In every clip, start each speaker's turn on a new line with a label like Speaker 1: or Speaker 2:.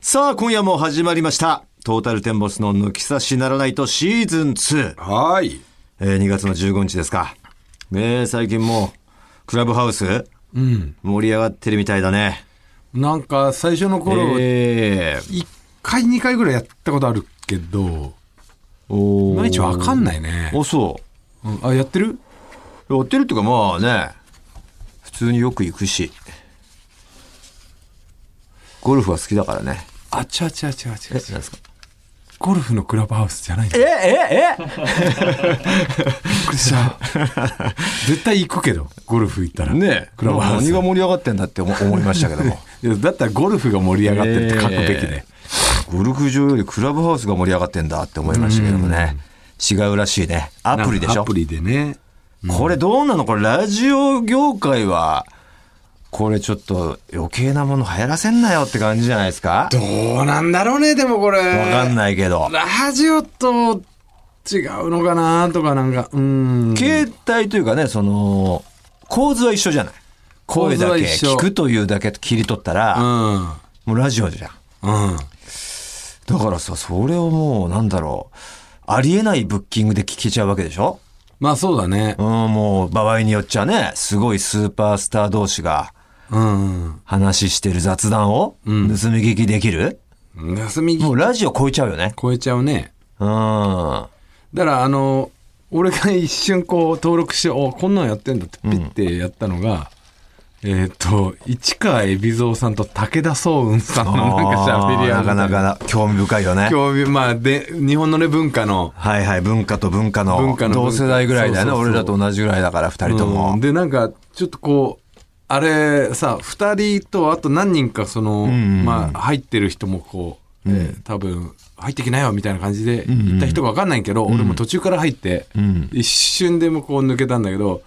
Speaker 1: さあ、今夜も始まりました。トータルテンボスの抜き差しならないとシーズン2。
Speaker 2: はい。
Speaker 1: えー、2月の15日ですか。ねえ、最近もう、クラブハウス、うん、盛り上がってるみたいだね。
Speaker 2: なんか最初の頃、
Speaker 1: ええ
Speaker 2: 一回二回ぐらいやったことあるけど、
Speaker 1: おー
Speaker 2: 毎日わかんないね。
Speaker 1: あ、そ
Speaker 2: うんあ、やってる
Speaker 1: う。やってるっていうかまあね、普通によく行くし。ゴルフは好きだからね。
Speaker 2: あ、ちゃちゃちゃちゃ。
Speaker 1: 何ですか
Speaker 2: ゴルフのクラブハウスじゃないの
Speaker 1: え、
Speaker 2: びっ
Speaker 1: え、
Speaker 2: くりした。 絶対行くけど、ゴルフ行ったら。
Speaker 1: えねえ、
Speaker 2: クラブハウス。
Speaker 1: 何が盛り上がってんだって思思いましたけども。
Speaker 2: いやだったらゴルフが盛り上がってるって書くべきで。
Speaker 1: ゴルフ場よりクラブハウスが盛り上がってんだって思いましたけどもね。違うらしいね。アプリでしょ
Speaker 2: アプリでね。
Speaker 1: これどうなのこれラジオ業界は、これちょっと余計なもの流行らせんなよって感じじゃないですか
Speaker 2: どうなんだろうね、でもこれ。
Speaker 1: わかんないけど。
Speaker 2: ラジオと違うのかなとかなんか、うん。
Speaker 1: 携帯というかね、その、構図は一緒じゃない声だ
Speaker 2: 構
Speaker 1: け
Speaker 2: 図は一
Speaker 1: 聞
Speaker 2: 緒
Speaker 1: くというだけ切り取った
Speaker 2: う
Speaker 1: ら、
Speaker 2: ん。うん。
Speaker 1: もうラジオじゃん。だからさ、それをもう、なんだろう、ありえないブッキングで聞けちゃうわけでしょ
Speaker 2: まあそうだね
Speaker 1: う。ん、もう、場合によっちゃね、すごいスーパースター同士が
Speaker 2: うん。
Speaker 1: 話してる雑談を盗み聞きできる、
Speaker 2: 休み
Speaker 1: もうラジオ超えちゃうよね。
Speaker 2: 超えちゃうね。
Speaker 1: うん。あ
Speaker 2: だからあの、俺が一瞬こう登録して、おこんなんやってんだってピッてやったのが、えっ、と、市川海老蔵さんと武田壮雲さんのなんか喋り
Speaker 1: ー
Speaker 2: 合
Speaker 1: な
Speaker 2: うみた
Speaker 1: か
Speaker 2: い
Speaker 1: なか興味深いよね。
Speaker 2: 興味、まあで、日本のね、文化の。
Speaker 1: はいはい、文化と文化の
Speaker 2: 文化の
Speaker 1: 同世代ぐらいだよね。
Speaker 2: そうそうそう
Speaker 1: 俺らと同じぐらいだから、二人と
Speaker 2: う
Speaker 1: も
Speaker 2: ん。で、なんか、ちょっとこう、あれさ、二人とあと何人かその、
Speaker 1: ん
Speaker 2: まあ、入ってる人もこう、えー多分、入ってきなよみたいな感じで行った人がわかんないけど、俺も途中から入って、
Speaker 1: ん
Speaker 2: 一瞬でもこう抜けたんだけど、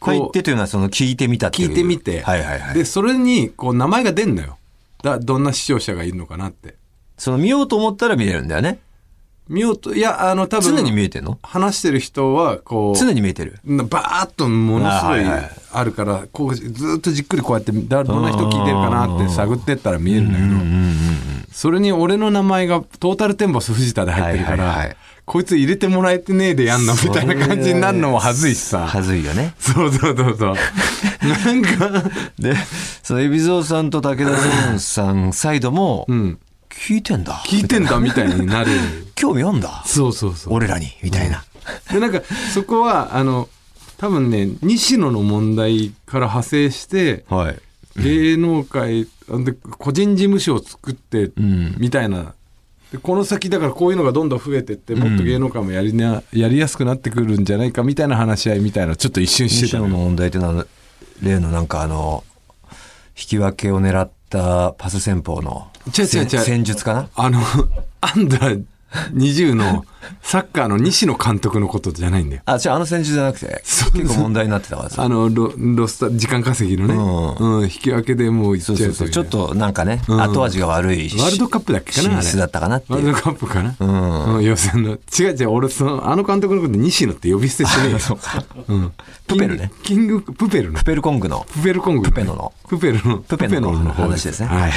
Speaker 2: こう
Speaker 1: 入ってというのは、その聞いてみたっていう。
Speaker 2: 聞いてみて、
Speaker 1: はいはいはい
Speaker 2: で、。それに、こう、名前が出んのよ。だ、どんな視聴者がいるのかなって。
Speaker 1: その見ようと思ったら見れるんだよね。
Speaker 2: 見ようと、いや、あの、多分、
Speaker 1: 常に見えてんの
Speaker 2: 話してる人は、こう、
Speaker 1: 常に見えてる。
Speaker 2: なバーッとものすご
Speaker 1: あは
Speaker 2: い
Speaker 1: いはい
Speaker 2: あるからこうずーっとじっくりこうやってだどんな人聞いてるかなって探ってったら見えるんだけど、それに俺の名前がトータルテンボス藤田で入ってるか
Speaker 1: は
Speaker 2: ら、
Speaker 1: いはいはい
Speaker 2: こいつ入れてもらえてねえでやんのみたいな感じになるのも恥ずいしさ
Speaker 1: はずいよね。
Speaker 2: そうそうそうそうなんか
Speaker 1: で、その海老蔵さんと武田壮さんサイドも、
Speaker 2: ん
Speaker 1: 聞いてんだ。
Speaker 2: 聞いてんだみたいになる
Speaker 1: 興味あんだ。
Speaker 2: そうそうそう
Speaker 1: 俺らに、みたいな。
Speaker 2: でなんかそこはあの多分ね西野の問題から派生して
Speaker 1: はい。
Speaker 2: 芸能界で個人事務所を作って
Speaker 1: ん
Speaker 2: みたいな、でこの先だからこういうのがどんどん増えてってもっと芸能界もやりな、やりやすくなってくるんじゃないかみたいな話し合いみたいなちょっと一瞬して
Speaker 1: 西
Speaker 2: た
Speaker 1: 野
Speaker 2: の
Speaker 1: の問題ってのは、例のなんかあの、引き分けを狙ったパス戦法の
Speaker 2: 違う違う違う
Speaker 1: 戦戦術かな
Speaker 2: あの アンダー20のサッカーの西野監督のことじゃないんだよ
Speaker 1: あ、違う、あの戦術じゃなくて、結構問題になってたからさ
Speaker 2: あ。のロロスタ時間稼ぎのね、
Speaker 1: う
Speaker 2: うん引き分けでもういっち
Speaker 1: そ
Speaker 2: ゃ
Speaker 1: う
Speaker 2: う
Speaker 1: そうそう。ちょっとなんかね、後味が悪いし。
Speaker 2: ワールドカップだっけかなあれ
Speaker 1: 進出だったかなって
Speaker 2: ワー
Speaker 1: い
Speaker 2: ル
Speaker 1: う。
Speaker 2: ドカップかな、うん、予選の違う違う俺そのあの監督のこと西野って呼び捨てしてねえよ
Speaker 1: そうか。
Speaker 2: うん、
Speaker 1: プペルね
Speaker 2: キング。キングプペルの。
Speaker 1: プペルコングの、
Speaker 2: プペルコング、
Speaker 1: プペノの。
Speaker 2: プペルの。
Speaker 1: プペノの話ですね
Speaker 2: はい。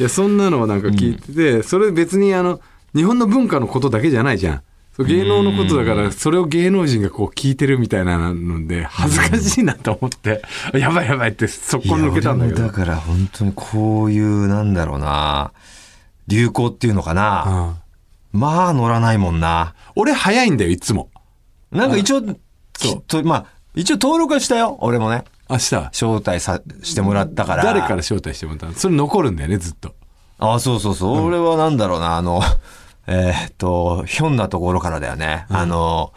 Speaker 2: いや、そんなのをなんか聞いてて、それ別にあの、日本の文化のことだけじゃないじゃん。そう芸能のことだから、それを芸能人がこう聞いてるみたいなので、恥ずかしいなと思って、 やばいやばいって、速攻抜けたんだけ
Speaker 1: いや俺も
Speaker 2: ど。
Speaker 1: だから本当にこういうなんだろうな流行っていうのかな、
Speaker 2: うん
Speaker 1: まあ乗らないもんな
Speaker 2: 俺早いんだよ、いつも。
Speaker 1: なんか一応きっとまあ一応登録はしたよ俺もね
Speaker 2: 明日。
Speaker 1: 招待さしてもらったから
Speaker 2: 誰から招待してもらったのそれ残るんだよね、ずっと。
Speaker 1: あそうそうそう、俺はなんだろうなあの えーっとひょんなところからだよね、あの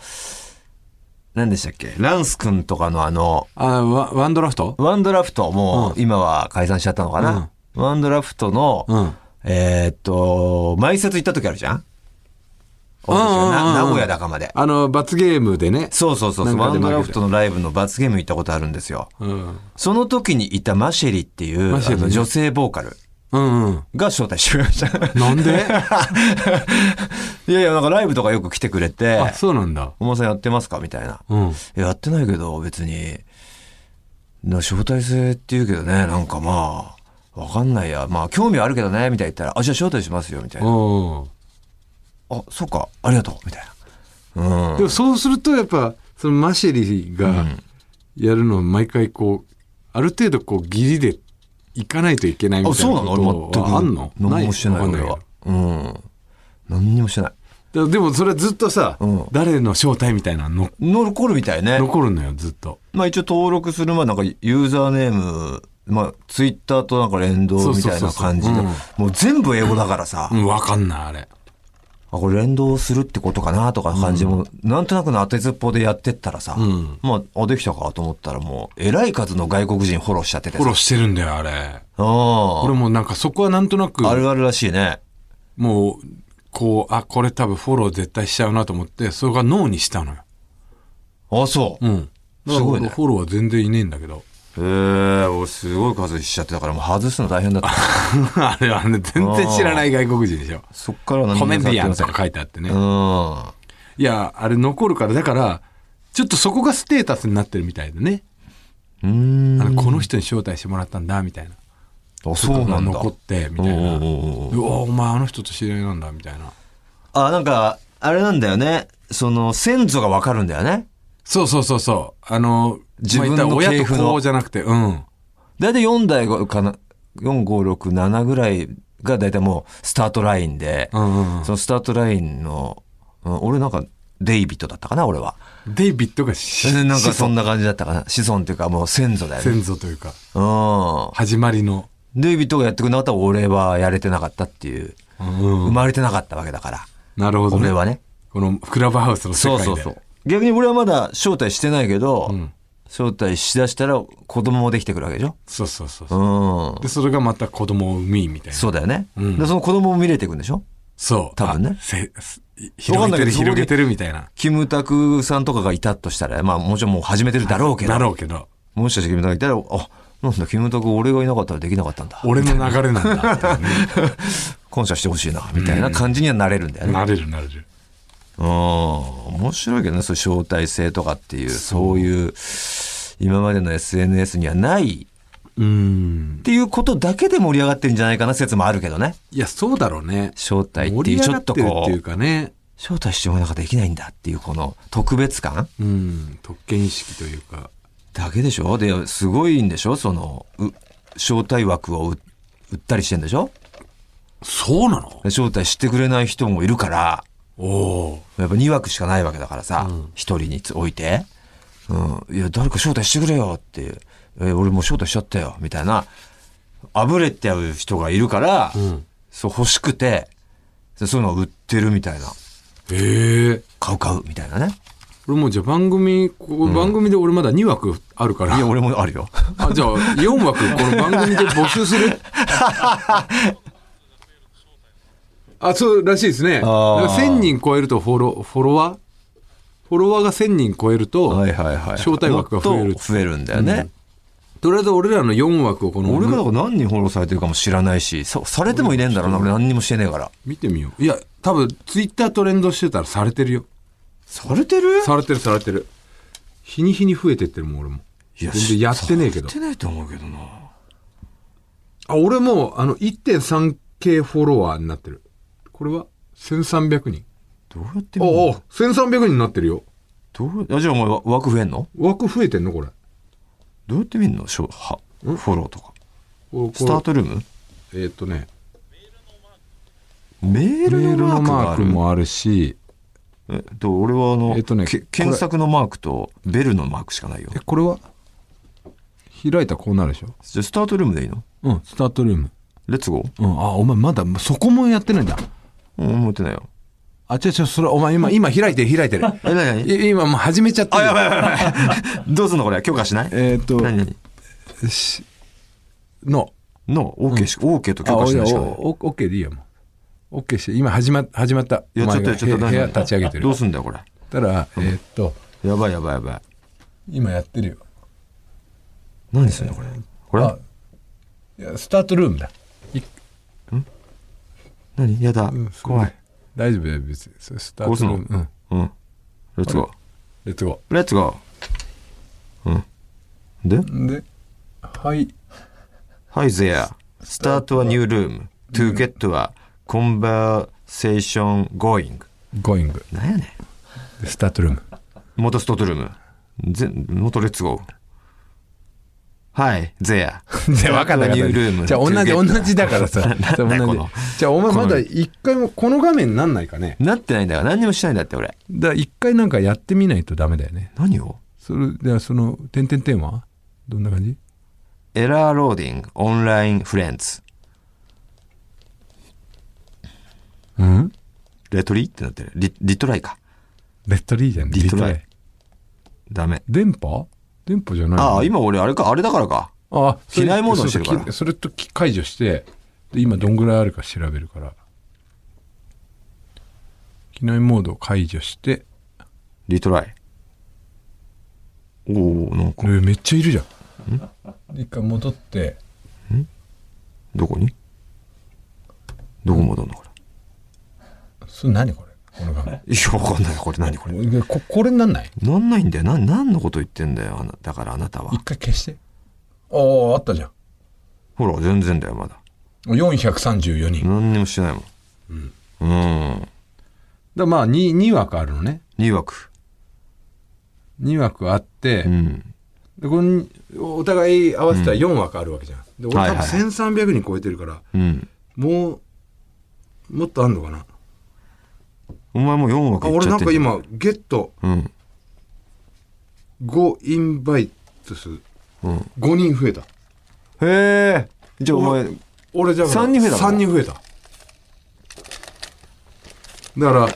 Speaker 1: 何でしたっけランス君とかのあの
Speaker 2: あワワンドラフト
Speaker 1: ワンドラフトもう今は解散しちゃったのかな、ワンドラフトの、
Speaker 2: うん。
Speaker 1: えーっと、前説行った時あるじゃん
Speaker 2: んうんうん
Speaker 1: な名古屋だかまで。
Speaker 2: あの、罰ゲームでね。
Speaker 1: そうそうそうそう、
Speaker 2: なん
Speaker 1: ワ
Speaker 2: かで
Speaker 1: ン
Speaker 2: 負けて
Speaker 1: ドラフトのライブの罰ゲーム行ったことあるんですよ。
Speaker 2: うん。
Speaker 1: その時にいたマシェリっていう、
Speaker 2: マシェリ
Speaker 1: あ
Speaker 2: ね
Speaker 1: の女性ボーカル
Speaker 2: うんうん。
Speaker 1: が招待してくれました。
Speaker 2: なんで
Speaker 1: いやいや、なんかライブとかよく来てくれて、
Speaker 2: あ、そうなんだ。
Speaker 1: お前さんやってますかみたいな。
Speaker 2: うん。
Speaker 1: いややってないけど、別に、な招待制って言うけどね、なんかまあ、わかんないや。まあ、興味はあるけどね、みたいな言ったら、あ、じゃあ招待しますよ、みたいな。
Speaker 2: うん
Speaker 1: あ、そうか、ありがとう、みたいな。うん。
Speaker 2: でもそうするとやっぱそのマシェリがやるのを毎回こうある程度こうギリで行かないといけないみ
Speaker 1: あ、
Speaker 2: たい
Speaker 1: そう
Speaker 2: な
Speaker 1: なの
Speaker 2: こ
Speaker 1: 俺全
Speaker 2: と
Speaker 1: く。
Speaker 2: はあんの
Speaker 1: 何もしてない、
Speaker 2: わかん
Speaker 1: 俺
Speaker 2: けど
Speaker 1: は。うん。何にもしてない。
Speaker 2: だからでもそれはずっとさ、
Speaker 1: うん
Speaker 2: 誰の招待みたいなの
Speaker 1: 残るみたいね。
Speaker 2: 残るのよずっと
Speaker 1: まあ一応登録する前なんかユーザーネーム、まあツイッターとなんか連動みたいな感じ
Speaker 2: そう
Speaker 1: の、
Speaker 2: そうそう
Speaker 1: もう全部英語だからさ、
Speaker 2: う
Speaker 1: あ、
Speaker 2: んわかんないあれ
Speaker 1: これ連動するってことかなとか感じも、なんとなくの当てずっぽうでやってったらさ、
Speaker 2: ん
Speaker 1: まあ、あ、できたかと思ったらもう、えらい数の外国人フォローしちゃってて
Speaker 2: フ
Speaker 1: さ。
Speaker 2: ォローしてるんだよあれ
Speaker 1: あ
Speaker 2: 俺もなんかそこはなんとなく
Speaker 1: あ。あるあるらしいね。
Speaker 2: もうこうあこれ多分フォロー絶対しちゃうなと思ってそれがノーにしたのよ
Speaker 1: あ、そう。
Speaker 2: うん
Speaker 1: すごいね
Speaker 2: だからフォローは全然いねえんだけど
Speaker 1: へえ、俺すごい数しちゃってたからもう外すの大変だった。
Speaker 2: あれはね全然知らない外国人でしょ
Speaker 1: そっから何
Speaker 2: コメディアン
Speaker 1: ませ
Speaker 2: と
Speaker 1: ん
Speaker 2: か書いてあってね、
Speaker 1: うん。
Speaker 2: いやあれ残るからだからちょっとそこがステータスになってるみたいでね、
Speaker 1: うーん。
Speaker 2: あのこの人に招待してもらったんだみたいな
Speaker 1: あ、そうなんだ。
Speaker 2: 残ってみたいな
Speaker 1: おうおうおうおう
Speaker 2: うわお前あの人と知り合いなんだみたいな
Speaker 1: あ、なんか、あれなんだよね。その、先祖がわかるんだよね。
Speaker 2: そうそうそうそうあの
Speaker 1: 自分の
Speaker 2: まあ言ったら
Speaker 1: 系譜
Speaker 2: 親
Speaker 1: の
Speaker 2: と子じゃなくてうん
Speaker 1: だいたい4代かな、4、5、6、7ぐらいがだいたいもうスタートラインで、
Speaker 2: うんうん
Speaker 1: そのスタートラインの、うん俺なんか、デイビットだったかな、俺は。
Speaker 2: うんデイビッドがし
Speaker 1: うんなんか
Speaker 2: 子
Speaker 1: そんな感じだったかな。子孫っていうかもう先祖だよね。
Speaker 2: 先祖というか
Speaker 1: う
Speaker 2: 始まりの、
Speaker 1: ん。デイビットがやってくれなかったら俺はやれてなかったっていう。
Speaker 2: うん
Speaker 1: 生まれてなかったわけだから。
Speaker 2: なるほどね
Speaker 1: 俺はね。
Speaker 2: このクラブハウスの
Speaker 1: そ
Speaker 2: 世界
Speaker 1: う
Speaker 2: で
Speaker 1: そうそう。逆に俺はまだ招待してないけど、
Speaker 2: うん
Speaker 1: 招待しだしたら子供もできてくるわけでしょ
Speaker 2: そうそうそうそう
Speaker 1: うん。
Speaker 2: でそれがまた子供を産みみたいな
Speaker 1: そうだよね。
Speaker 2: うん
Speaker 1: でその子供も見れていくんでしょ
Speaker 2: そう。
Speaker 1: 多分ね
Speaker 2: あせす
Speaker 1: わか
Speaker 2: 広
Speaker 1: んな
Speaker 2: げ
Speaker 1: いけどそこ
Speaker 2: てる、
Speaker 1: で
Speaker 2: 広げてるみたいな。
Speaker 1: キムタクさんとかがいたとしたら、まあもちろんもう始めてるだろうけど、
Speaker 2: だろうけど、
Speaker 1: もしかしてキムタクがいたら、あ、なんだ、キムタク俺がいなかったらできなかったんだ。
Speaker 2: 俺の流れなんだって ね、
Speaker 1: 感謝してほしいな、みたいな感じにはなれるんだよね。
Speaker 2: なれるなれる。
Speaker 1: うん。面白いけどね、そういう招待制とかっていう、そういう、今までの SNS にはない
Speaker 2: うん
Speaker 1: っ。ていうことだけで盛り上がってるんじゃないかな説もあるけどね。
Speaker 2: いや、そうだろうね。
Speaker 1: 招待って
Speaker 2: 盛
Speaker 1: いう、
Speaker 2: り
Speaker 1: ち
Speaker 2: 上
Speaker 1: ょ
Speaker 2: が
Speaker 1: っ
Speaker 2: っ
Speaker 1: と
Speaker 2: てるっ
Speaker 1: こ
Speaker 2: ていう
Speaker 1: う、
Speaker 2: かね。
Speaker 1: 招待してもらわなかったらできないんだっていう、この特別感
Speaker 2: うん。特権意識というか。
Speaker 1: だけでしょですごいんでしょそのう招待枠をう売ったりしてんでしょ
Speaker 2: そうなの
Speaker 1: で招待してくれない人もいるから
Speaker 2: おお
Speaker 1: やっぱ2枠しかないわけだからさ、
Speaker 2: うん
Speaker 1: 1人につ置いて、うん、いや誰か招待してくれよっていうえ俺もう招待しちゃったよみたいなあぶれてゃう人がいるから、
Speaker 2: ー。うん。
Speaker 1: そう欲しくてでそういうのを売ってるみたいな
Speaker 2: ええ
Speaker 1: 買う買うみたいなね
Speaker 2: 俺もうじゃあ番組、ここ番組で俺まだ2枠あるから。
Speaker 1: いや俺もある よ
Speaker 2: あ、じゃあ4枠この番組で募集 するあ、そうらしいですね。だか
Speaker 1: あー
Speaker 2: ら1000人超えるとフォロフォロワーフォロワーが1000人超えると、
Speaker 1: はいはいはい
Speaker 2: 招待枠が増える
Speaker 1: もっと増えるんだよね、
Speaker 2: とりあえず俺らの4枠をこの
Speaker 1: 俺がだから何人フォローされてるかも知らないしさされてもいねえんだろうな俺何にもしてねえから
Speaker 2: 見てみよう。いや、多分ツイッターと連動してたらされてるよ。
Speaker 1: されてる
Speaker 2: されてるされてる。日に日に増えてってるもん俺も。全然やってねえけど
Speaker 1: さ。れてないと思うけどな
Speaker 2: あ、俺もうあの 1.3K フォロワーになってる。これは1300人。
Speaker 1: どうやって見る
Speaker 2: おお、1300人になってるよ。
Speaker 1: どうあじゃあお前わ枠増えんの
Speaker 2: 枠増えてんのこれ。
Speaker 1: どうやって見んのしょはフォローとか
Speaker 2: これ
Speaker 1: スタートルーム
Speaker 2: えーっとね、
Speaker 1: メー
Speaker 2: メー
Speaker 1: ル
Speaker 2: ル
Speaker 1: の
Speaker 2: のマ
Speaker 1: マ
Speaker 2: ー
Speaker 1: ークがあ
Speaker 2: ク
Speaker 1: る
Speaker 2: もあるし、
Speaker 1: えっと俺はあの、
Speaker 2: えっとね
Speaker 1: け
Speaker 2: これ
Speaker 1: 検索のマークとベルのマークしかないよ
Speaker 2: え、これは開いたらこうなるでしょ
Speaker 1: じゃあスタートルームでいいの
Speaker 2: うん、スタートルーム。
Speaker 1: レッツゴー
Speaker 2: うん、あ、お前まだそこもやってないんだ。
Speaker 1: うん思ってないよ
Speaker 2: あ、違う違う、それお前今、今開いてる開いてる。
Speaker 1: えなに
Speaker 2: い今もう始めちゃってる。
Speaker 1: あやばいやばいやばいどうすんのこれ許可しない
Speaker 2: えーっと、
Speaker 1: 何何
Speaker 2: しの、
Speaker 1: の OK し、OK と許
Speaker 2: あ、
Speaker 1: 可
Speaker 2: お
Speaker 1: し
Speaker 2: い
Speaker 1: ない
Speaker 2: お
Speaker 1: しかない
Speaker 2: お OK でいいよ、もう。OK して、今始ま始まった。
Speaker 1: いや、ちょっとや、ちょっと、
Speaker 2: お前が部屋
Speaker 1: 何
Speaker 2: 部屋立ち上げてる
Speaker 1: どう。すんだよ、これ。
Speaker 2: たら、えーっと、
Speaker 1: やばいやばいやばい。
Speaker 2: 今やってるよ。
Speaker 1: 何すんだ、これ。これ
Speaker 2: あいやスタートルームだい
Speaker 1: 何やだ。怖い。
Speaker 2: 大丈夫だよ別にそれスタ
Speaker 1: こ
Speaker 2: ー
Speaker 1: うす
Speaker 2: ト
Speaker 1: んの
Speaker 2: ルームうん
Speaker 1: うん。レッツゴ
Speaker 2: レッツゴ
Speaker 1: ー。レッツゴー。うん。で
Speaker 2: ーではい
Speaker 1: はい、ゼア。スタートはニュールーム、トゥーゲットはコンバーセーションゴーイング。
Speaker 2: Going
Speaker 1: なんやねん。
Speaker 2: スタート ルーム
Speaker 1: 元ストトルーム。ぜ元レッツゴー。はい、ゼ ア。
Speaker 2: じゃあ分かんなかった
Speaker 1: ニュールーム。
Speaker 2: じゃあ同じ
Speaker 1: To get-
Speaker 2: 同じだから さじゃあ同じ
Speaker 1: この
Speaker 2: じゃあお前
Speaker 1: この
Speaker 2: まだ一回もこの画面になんないかね
Speaker 1: なってないんだから何にもしないんだって俺。
Speaker 2: だから一回なんかやってみないとダメだよね
Speaker 1: 何を
Speaker 2: それでその「点点点」はどんな感じ
Speaker 1: エラーローディング、オンラインフレンズ。
Speaker 2: うん
Speaker 1: レトリってなってる。リリトライか。
Speaker 2: レッドリーじゃん
Speaker 1: リトライダメ。
Speaker 2: 電波電波じゃない
Speaker 1: ああ、今俺あれか、あれだからか。
Speaker 2: あそれ
Speaker 1: 機内モードにしてるから
Speaker 2: そうそうそれと解除してで今どんぐらいあるか調べるから機内モードを解除して
Speaker 1: リトライ。おおなん
Speaker 2: え
Speaker 1: か、
Speaker 2: ーめっちゃいるじゃん一回戻って
Speaker 1: どこにどこ戻んのこれ。
Speaker 2: それ何これこの画面
Speaker 1: いや、わかんない。これ何これ。
Speaker 2: えここれになんない
Speaker 1: なんないんだよ。な、何のこと言ってんだよ。あなだからあなたは
Speaker 2: 一。回消してあああったじゃん
Speaker 1: ほら、全然だよ、まだ。
Speaker 2: 434人
Speaker 1: 何にもしてないもん。うん。
Speaker 2: だまあ 2, 2枠あるのね
Speaker 1: 2枠。
Speaker 2: 2枠あって、
Speaker 1: うん。
Speaker 2: でこのお互い合わせたら4枠あるわけじゃん、で俺
Speaker 1: はい
Speaker 2: 多
Speaker 1: はい
Speaker 2: 分1300人超えてるから、
Speaker 1: うん。
Speaker 2: もうもっとあんのかな
Speaker 1: お前もう4
Speaker 2: あ
Speaker 1: 枠いっ
Speaker 2: 俺
Speaker 1: ちゃ
Speaker 2: な
Speaker 1: っ
Speaker 2: ん
Speaker 1: て
Speaker 2: か
Speaker 1: じゃん
Speaker 2: 今ゲット
Speaker 1: うん。
Speaker 2: 5インバイト数
Speaker 1: うん。
Speaker 2: 5人増えた
Speaker 1: へえ。じゃあお前、
Speaker 2: 俺じゃあ
Speaker 1: 三人増えたの
Speaker 2: 3人増えただから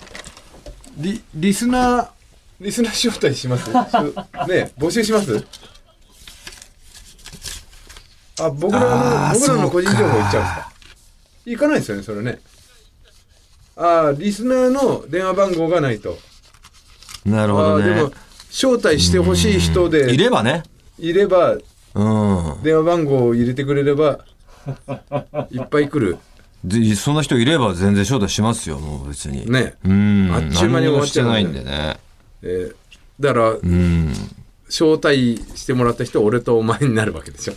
Speaker 2: リリスナーリスナー招待しますし ょね募集しますあ僕らの
Speaker 1: あー
Speaker 2: 僕らの個人情報
Speaker 1: そうか
Speaker 2: 言っちゃうんですか行かないですよねそれねああリスナーの電話番号がないと
Speaker 1: なるほ
Speaker 2: あ
Speaker 1: ど
Speaker 2: ーでも
Speaker 1: ね。
Speaker 2: 招待してほしい人で
Speaker 1: いればね。
Speaker 2: いれば
Speaker 1: うん。
Speaker 2: 電話番号を入れてくれればいっぱい来る
Speaker 1: でそんな人いれば全然招待しますよ、もう別に。
Speaker 2: ね
Speaker 1: うん。
Speaker 2: あっちゅう間に終わっちゃう
Speaker 1: 何に
Speaker 2: ね
Speaker 1: もしてないんでね。
Speaker 2: えーだから
Speaker 1: うん。
Speaker 2: 招待してもらった人俺とお前になるわけでしょ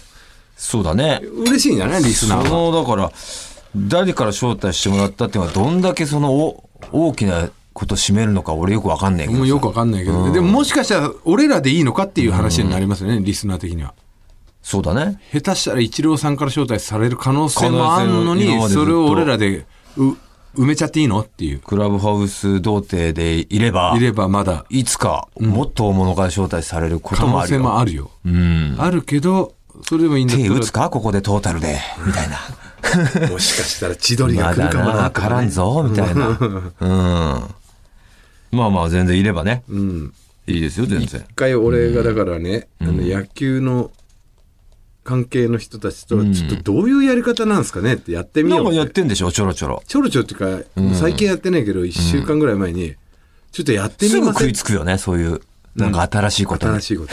Speaker 1: そうだね。
Speaker 2: 嬉しいんじゃないリスナー
Speaker 1: そ
Speaker 2: は
Speaker 1: の、だから、誰から招待してもらったっていうのは、どんだけそのお大きなこと占めるのか、俺よくわかんないけどさ。
Speaker 2: もうよくわかんないけど、でももしかしたら俺らでいいのかっていう話になりますよね、リスナー的には
Speaker 1: そうだね。
Speaker 2: 下手したらイチローさんから招待される可能性もあるの
Speaker 1: 可能性も今ま
Speaker 2: に
Speaker 1: でずっと
Speaker 2: それを俺らでう埋めちゃっていいのっていう
Speaker 1: クラブハウス童貞でいれば、
Speaker 2: いればまだ
Speaker 1: いつか、もっと大物から招待されるこ
Speaker 2: 可
Speaker 1: とも
Speaker 2: 能
Speaker 1: ある
Speaker 2: 性
Speaker 1: よ。
Speaker 2: もあるよ、
Speaker 1: うん。
Speaker 2: あるけどそれでもいいんだった
Speaker 1: 手
Speaker 2: ら
Speaker 1: 打つかここでトータルで。みたいな。
Speaker 2: もしかしたら千鳥
Speaker 1: ま
Speaker 2: が来
Speaker 1: だ
Speaker 2: るかも
Speaker 1: な、
Speaker 2: な
Speaker 1: 絡んぞ、みたいな。うん。まあまあ、全然いればね。
Speaker 2: うん
Speaker 1: いいですよ、全然
Speaker 2: 一。回俺がだからね、あの野球の関係の人たちとちょっとどういうやり方なんですかねってやってみ
Speaker 1: な
Speaker 2: よ
Speaker 1: んか
Speaker 2: う
Speaker 1: や
Speaker 2: っ
Speaker 1: っててんでしょ、ちょろちょろ。
Speaker 2: ちょろちょろっていうか、最近やってないけど1週間ぐらい前にちょっとやって
Speaker 1: す
Speaker 2: み
Speaker 1: ぐ
Speaker 2: ま
Speaker 1: 食
Speaker 2: せん
Speaker 1: いつくよね、そういう。なんか新しいことに
Speaker 2: 新。しいこと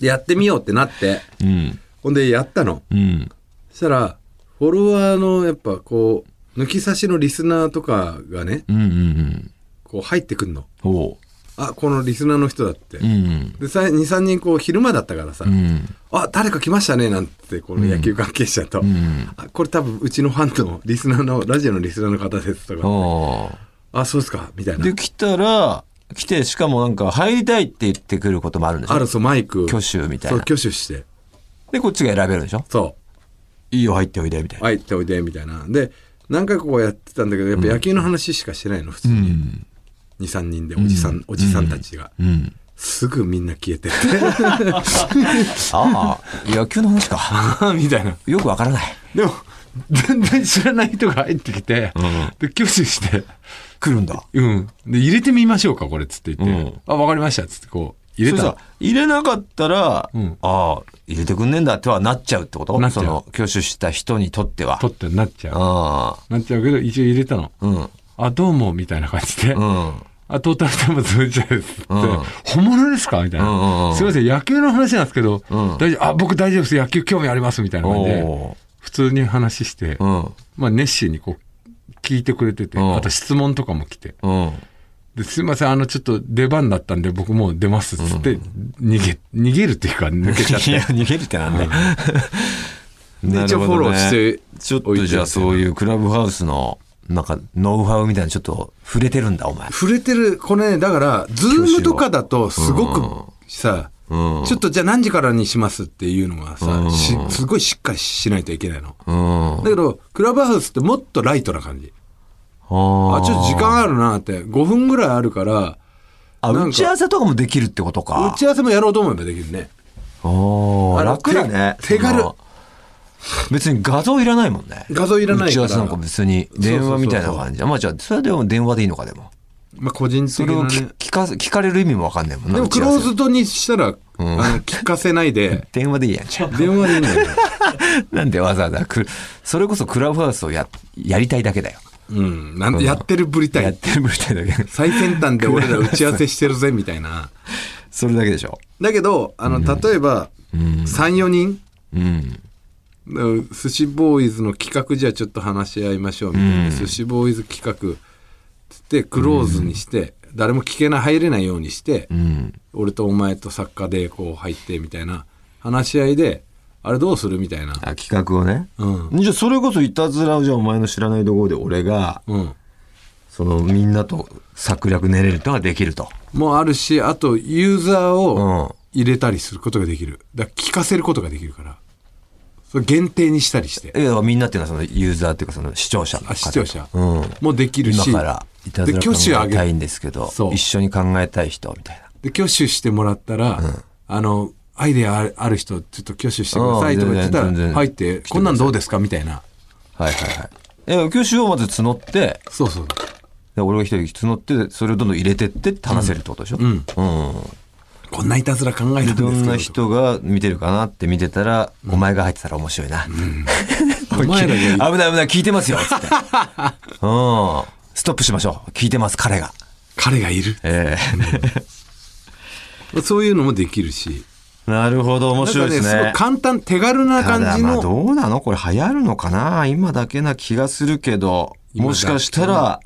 Speaker 2: で やってみようってなって
Speaker 1: うん。
Speaker 2: ほんでやったの
Speaker 1: うん。
Speaker 2: そしたらフォロワーのやっぱこう抜き差しのリスナーとかがね
Speaker 1: うんうんうん。
Speaker 2: こう入ってくんの
Speaker 1: おう。
Speaker 2: あこのリスナーの人だって、
Speaker 1: うん
Speaker 2: で23人こう昼間だったからさ、
Speaker 1: うん。うん。
Speaker 2: あ、誰か来ましたね、なんて、この野球関係者と、
Speaker 1: ん
Speaker 2: あ、これ多分うちのファンの、リスナーの、ラジオのリスナーの方ですとか、
Speaker 1: おう
Speaker 2: あ、そうですか、みたいな
Speaker 1: で、。来たら、来て、しかもなんか、入りたいって言ってくることもあるんでしょ
Speaker 2: あるそう、マイク。
Speaker 1: 挙手みたい
Speaker 2: そう、
Speaker 1: な。
Speaker 2: 挙手して。
Speaker 1: で、こっちが選べるんでしょ
Speaker 2: そ、
Speaker 1: いいよ、入っておいで、みたいうな。
Speaker 2: 入っておいで、みたいな。で、何回かこうやってたんだけど、やっぱ野球の話しかしてないの、普通
Speaker 1: う
Speaker 2: に。
Speaker 1: ん。
Speaker 2: 2、3人で、おじさん、おじさんたちが。
Speaker 1: うん。
Speaker 2: すぐみんな消えて。
Speaker 1: ああ、野球の話か。
Speaker 2: みたいな。
Speaker 1: よくわからない。
Speaker 2: でも、全然知らない人が入ってきて、で、挙手して。
Speaker 1: 来るんだ。
Speaker 2: うん。で、入れてみましょうか、これ、つって言って。
Speaker 1: うん
Speaker 2: あ、わかりました、つってこう、入れ
Speaker 1: それ
Speaker 2: た
Speaker 1: さ
Speaker 2: ら。
Speaker 1: 入れなかったら、
Speaker 2: ん
Speaker 1: ああ入れてくんねえんだってはなっちゃうってこと
Speaker 2: なっちゃう
Speaker 1: その挙手した人にとっては
Speaker 2: 取ってなっちゃう。
Speaker 1: あ
Speaker 2: なっちゃうけど、一応入れたの。
Speaker 1: あうんうん
Speaker 2: あ、どうも、みたいな感じで。
Speaker 1: うん
Speaker 2: あ、トータルテンボス打ちですって。
Speaker 1: うん
Speaker 2: 本物ですかみたい
Speaker 1: うんうんう
Speaker 2: な。
Speaker 1: ん
Speaker 2: すいません、野球の話なんですけど、
Speaker 1: うん
Speaker 2: 大丈夫、あ、僕大丈夫です。野球興味あります。みたいな感じで、
Speaker 1: おー
Speaker 2: 普通に話して
Speaker 1: う、ん
Speaker 2: まあ、熱心にこう、聞いてくれてて、
Speaker 1: うん
Speaker 2: あと質問とかも来て。
Speaker 1: うん
Speaker 2: ですいません、あの、ちょっと出番だったんで、僕もう出ます。つって、逃げ、逃げるっていうか、抜けちゃっ
Speaker 1: いや
Speaker 2: て。
Speaker 1: 逃げるってなんで、
Speaker 2: で
Speaker 1: な
Speaker 2: 一
Speaker 1: るほ
Speaker 2: 応フォ
Speaker 1: ど
Speaker 2: ロ
Speaker 1: ね
Speaker 2: ーして
Speaker 1: ちょっとじゃあそういうクラブハウスのなんかノウハウみたいなのちょっと触れてるんだお前
Speaker 2: 触れてるこれねだからズームとかだとすごくさ、
Speaker 1: うん
Speaker 2: ちょっとじゃあ何時からにしますっていうのはさ、
Speaker 1: うん
Speaker 2: しすごいしっかりしないといけないの、
Speaker 1: うん
Speaker 2: だけどクラブハウスってもっとライトな感じ
Speaker 1: あ
Speaker 2: あちょっと時間あるなって5分ぐらいあるから
Speaker 1: あ
Speaker 2: なんか
Speaker 1: 打ち合わせとかもできるってことか
Speaker 2: 打ち合わせもやろうと思えばできるね
Speaker 1: おー
Speaker 2: あの
Speaker 1: 楽だね
Speaker 2: 手手軽
Speaker 1: その別に画像いらないもんね
Speaker 2: 画像いらないから
Speaker 1: 打ち合わせなんか別に電話みたいな
Speaker 2: そうそう
Speaker 1: 感じまあじゃあそれはでも電話でいいのかでも
Speaker 2: まあ個人的
Speaker 1: それ
Speaker 2: な
Speaker 1: を
Speaker 2: ね
Speaker 1: 聞聞かせ聞かれる意味もわかんないもんな
Speaker 2: でも
Speaker 1: 打ち
Speaker 2: ク
Speaker 1: 合わ
Speaker 2: ロー
Speaker 1: せ
Speaker 2: ズドにしたら、あの聞かせな いで
Speaker 1: 電話でいいやんじゃ
Speaker 2: 電話でいいんだよね
Speaker 1: あなんでわざわざくそれこそクラブハウスをややりたいだけだよ
Speaker 2: うんなんやってるぶりた
Speaker 1: やっ
Speaker 2: い
Speaker 1: てるみたいだけど
Speaker 2: 最先端で俺ら打ち合わせしてるぜみたいな
Speaker 1: それだけでしょ
Speaker 2: だけどあの例えば34人
Speaker 1: うん
Speaker 2: うん寿司ボーイズの企画じゃあちょっと話し合いましょうみたいな、寿司ボーイズ企画つってクローズにして、誰も聞けない入れないようにして、
Speaker 1: うん
Speaker 2: 俺とお前と作家でこう入ってみたいな話し合いであれどうするみたいな
Speaker 1: あ企画をね
Speaker 2: うん
Speaker 1: じゃあそれこそいたずらをじゃあお前の知らないところで俺が
Speaker 2: うん
Speaker 1: そのみんなと策略練れるのができると
Speaker 2: もあるしあとユーザー
Speaker 1: うん
Speaker 2: を入れたりすることができるだから聞かせることができるからそれ限定にしたりして
Speaker 1: いやみんなっていうのはそのユーザーっていうかその視聴者の
Speaker 2: あ
Speaker 1: 方
Speaker 2: 視聴者
Speaker 1: うん、
Speaker 2: もできる
Speaker 1: 今
Speaker 2: し
Speaker 1: からいたずら
Speaker 2: で
Speaker 1: 考
Speaker 2: 挙手を
Speaker 1: えた
Speaker 2: 挙げ
Speaker 1: い
Speaker 2: る
Speaker 1: んですけど
Speaker 2: そう
Speaker 1: 一緒に考えたい人みたいな
Speaker 2: で挙手してもらったら、あのアイデアあるある人ちょっと挙手してくださいとか言ってた
Speaker 1: ああ
Speaker 2: ら
Speaker 1: 全然全然
Speaker 2: 入ってこんなんどうですかみたいな
Speaker 1: はいはいはいえ挙手をまず募って
Speaker 2: そうそう
Speaker 1: で俺が一人募ってそれをどんどん入れてって話せるってことでしょ
Speaker 2: うん、
Speaker 1: うん
Speaker 2: こんないたずら考えたんですけ
Speaker 1: ど
Speaker 2: ど
Speaker 1: んな人が見てるかなって見てたら、お前が入ってたら面白いな、
Speaker 2: お前らがい い
Speaker 1: 危ない危ない聞いてますよつってうんストップしましょう聞いてます彼が
Speaker 2: 彼がいる
Speaker 1: え
Speaker 2: そういうのもできるし
Speaker 1: え なるほど面白いです
Speaker 2: なんか
Speaker 1: ね
Speaker 2: ごい簡単手軽な
Speaker 1: た
Speaker 2: 感
Speaker 1: だ
Speaker 2: じ
Speaker 1: まあ
Speaker 2: の
Speaker 1: どうなのこれ流行るのかな今だけな気がするけど
Speaker 2: 今だけ
Speaker 1: もしかしたら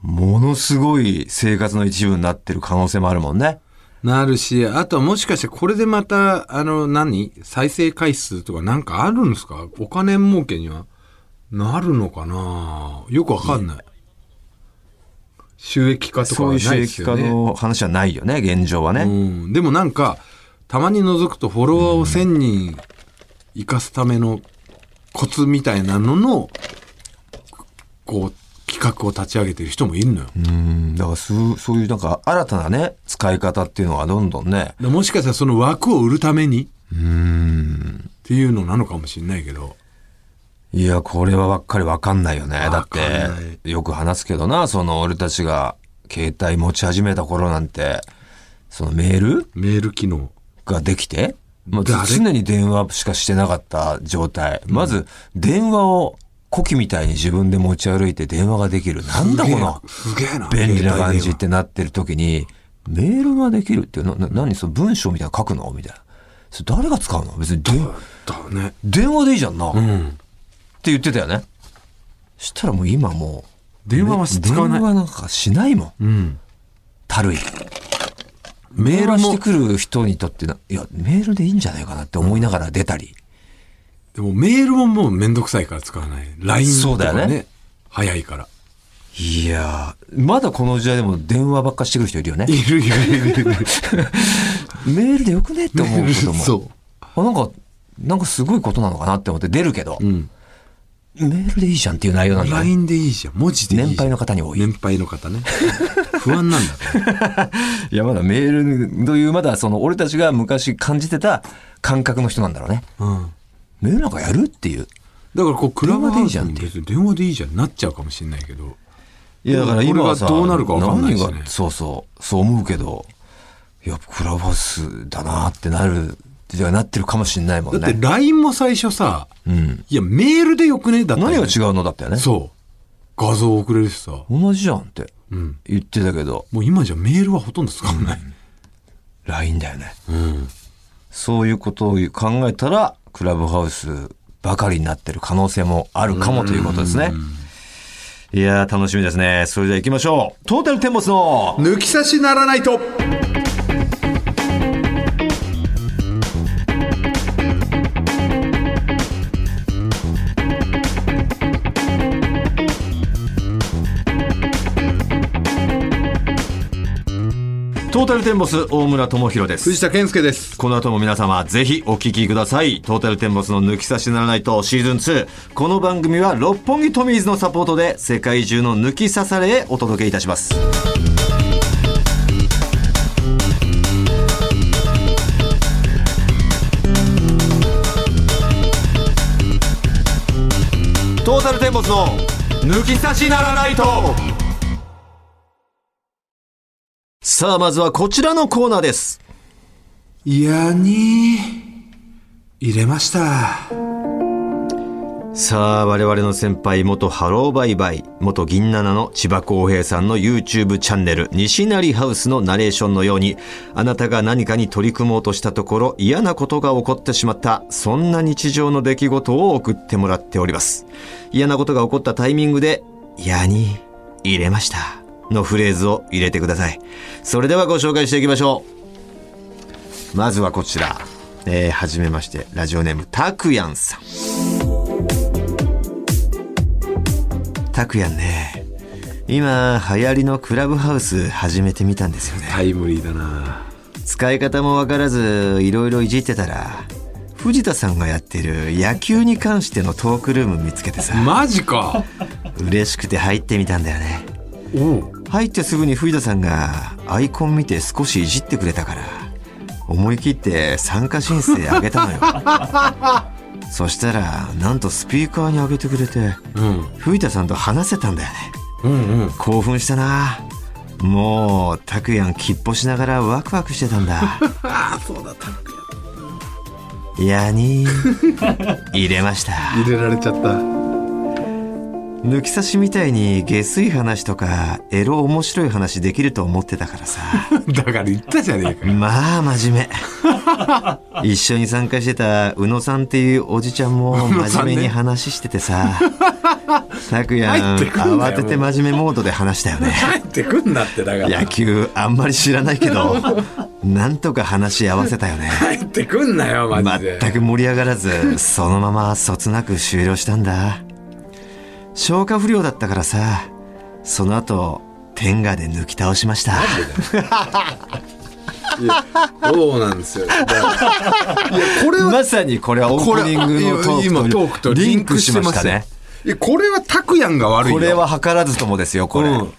Speaker 1: ものすごい生活の一部になってる可能性もあるもんね
Speaker 2: なるしあとはもしかしてこれでまたあの何再生回数とかなんかあるんですかお金儲けにはなるのかなよくわかんない収益化とか
Speaker 1: そ
Speaker 2: は
Speaker 1: う
Speaker 2: な
Speaker 1: いう
Speaker 2: い
Speaker 1: 収
Speaker 2: で
Speaker 1: 益
Speaker 2: す
Speaker 1: 化
Speaker 2: よね
Speaker 1: の話はないよね現状はね、
Speaker 2: うん、でもなんかたまに覗くとフォロワーを1,000人生かすためのコツみたいなののこう企画を立ち上げてる人もいるのよ。
Speaker 1: うんだからそうそういうなんか新たなね使い方っていうのはどんどんね
Speaker 2: でもしかしたらその枠を売るためにっていうのなのかもしれないけど
Speaker 1: いやこれはばっかりわかんないよねだ
Speaker 2: わ
Speaker 1: っ
Speaker 2: かんない
Speaker 1: てよく話すけどなその俺たちが携帯持ち始めた頃なんてそのメール
Speaker 2: メール機能
Speaker 1: ができて、まあ、
Speaker 2: 誰
Speaker 1: 常に電話しかしてなかった状態、まず電話を古希みたいに自分で持ち歩いて電話ができるなんだこの
Speaker 2: すげえな
Speaker 1: 便利な感じっ
Speaker 2: 携帯電話
Speaker 1: てなってる時にメールができるっていうのな何その文章みたいなの書くのみたいなそれ誰が使うの別にで
Speaker 2: だね
Speaker 1: 電話でいいじゃんな、
Speaker 2: う
Speaker 1: って
Speaker 2: ん
Speaker 1: 言ってたよねしたらもう今もう
Speaker 2: 電話は使わない
Speaker 1: 電話なんかしないもん
Speaker 2: うん
Speaker 1: たるい
Speaker 2: メ
Speaker 1: メー
Speaker 2: ー
Speaker 1: ル
Speaker 2: ル
Speaker 1: して
Speaker 2: も
Speaker 1: くる人にとってないやメールでいいんじゃないかなって思いながら出たり、
Speaker 2: でもメールももうめんどくさいから使わない LINE
Speaker 1: そう
Speaker 2: と
Speaker 1: だよね
Speaker 2: かね早いから
Speaker 1: いやー、まだこの時代でも電話ばっかしてくる人いるよね。
Speaker 2: いるいるいるいる
Speaker 1: メールでよくねって思うことも。
Speaker 2: そ
Speaker 1: あなんか、なんかすごいことなのかなって思って出るけど、
Speaker 2: う。うん。
Speaker 1: メールでいいじゃんっていう内容なんだね。
Speaker 2: LINE でいいじゃん。文字でいいじゃん。
Speaker 1: 年配の方に多い。
Speaker 2: 年配の方ね。 不安なんだね。
Speaker 1: いや、まだメールという、まだその俺たちが昔感じてた感覚の人なんだろうね。
Speaker 2: うん。
Speaker 1: メールなんかやるっていう。
Speaker 2: だからこう、クラブ
Speaker 1: 電話で
Speaker 2: ハ
Speaker 1: いい
Speaker 2: ウ
Speaker 1: じ
Speaker 2: ス
Speaker 1: ゃんっ
Speaker 2: も
Speaker 1: て
Speaker 2: 別に電話でいいじゃんなっちゃうかもしれないけど。
Speaker 1: いや、だから今はさ、
Speaker 2: これがどうなるかわかんないしね
Speaker 1: 何がそうそう、そう思うけど、いや、クラブハウスだなってなる、じゃなってるかもしれないもんね。
Speaker 2: だって LINE も最初さ、
Speaker 1: うん。
Speaker 2: いや、メールでよくねだったよ
Speaker 1: 何が
Speaker 2: ね
Speaker 1: 違うのだったよね。
Speaker 2: そう。画像送れるしさ。
Speaker 1: 同じじゃんって
Speaker 2: うん。
Speaker 1: 言ってたけど、
Speaker 2: もう今じゃメールはほとんど使わない。
Speaker 1: LINE だよね。
Speaker 2: うん。
Speaker 1: そういうことを考えたら、クラブハウスばかりになってる可能性もあるかもということですね。いやー、楽しみですね。それでは行きましょう。トータルテンボスの、
Speaker 2: 抜き差しならないと
Speaker 1: トータルテンボス大村智弘です。
Speaker 2: 藤田健介です。
Speaker 1: この後も皆様ぜひお聞きください。トータルテンボスの抜き差しならないとシーズン2。この番組は六本木トミーズのサポートで世界中の抜き差されへお届けいたします。トータルテンボスの抜き差しならないとさあ、まずはこちらのコーナーです。
Speaker 2: いやに入れました。
Speaker 1: さあ、我々の先輩、元ハローバイバイ、元銀七の千葉公平さんの YouTube チャンネル、西成ハウスのナレーションのように、あなたが何かに取り組もうとしたところ、嫌なことが起こってしまった、そんな日常の出来事を送ってもらっております。嫌なことが起こったタイミングで、嫌に入れました。のフレーズを入れてください。それではご紹介していきましょう。まずはこちら。えー、はじめまして、ラジオネーム、たくやんさん。たくやんね今流行りのクラブハウス始めてみたんですよね
Speaker 2: タイムリーだな
Speaker 1: 使い方もわからずいろいろいじってたら藤田さんがやってる野球に関してのトークルーム見つけてさ
Speaker 2: マジ か
Speaker 1: 嬉しくて入ってみたんだよね
Speaker 2: おう
Speaker 1: 入ってすぐに藤田さんがアイコン見て少しいじってくれたから思い切って参加申請あげたのよそしたらなんとスピーカーにあげてくれて
Speaker 2: うん。
Speaker 1: 藤田さんと話せたんだよね
Speaker 2: うんうん。
Speaker 1: 興奮したなもうたくやんきっぽしながらワクワクしてたんだ
Speaker 2: ああ、そうだった。
Speaker 1: やに入れました
Speaker 2: 入れられち ゃった。
Speaker 1: 抜き差しみたいに下水話とかエロ面白い話できると思ってたからさ
Speaker 2: だから言ったじゃねえか。
Speaker 1: まあ真面目一緒に参加してた宇野さんっていうおじちゃんも
Speaker 2: 野
Speaker 1: 真
Speaker 2: さんね
Speaker 1: 面目に話しててさたくやん
Speaker 2: 入ってくんだよ
Speaker 1: 慌てて真面目モードで話したよね
Speaker 2: 帰ってくんなって、だか
Speaker 1: 野。球あんまり知らないけどなんとか話し合わせたよね
Speaker 2: 帰ってくんなよ、マジで。
Speaker 1: 全く盛り上がらずそのままそつなく終了したんだ消化不良だったからさその後天下で抜き倒しました
Speaker 2: いやそうなんですよ。 だからいや、これは
Speaker 1: まさにこれはオープニングのトークと
Speaker 2: 今トークと
Speaker 1: リ
Speaker 2: リ
Speaker 1: ン
Speaker 2: ン
Speaker 1: ク
Speaker 2: ク
Speaker 1: し
Speaker 2: し
Speaker 1: ま
Speaker 2: ま
Speaker 1: し
Speaker 2: したた
Speaker 1: ね
Speaker 2: ねいやこれはタクヤンが悪い
Speaker 1: こ
Speaker 2: よ
Speaker 1: れは図らずともですよこれ、
Speaker 2: うん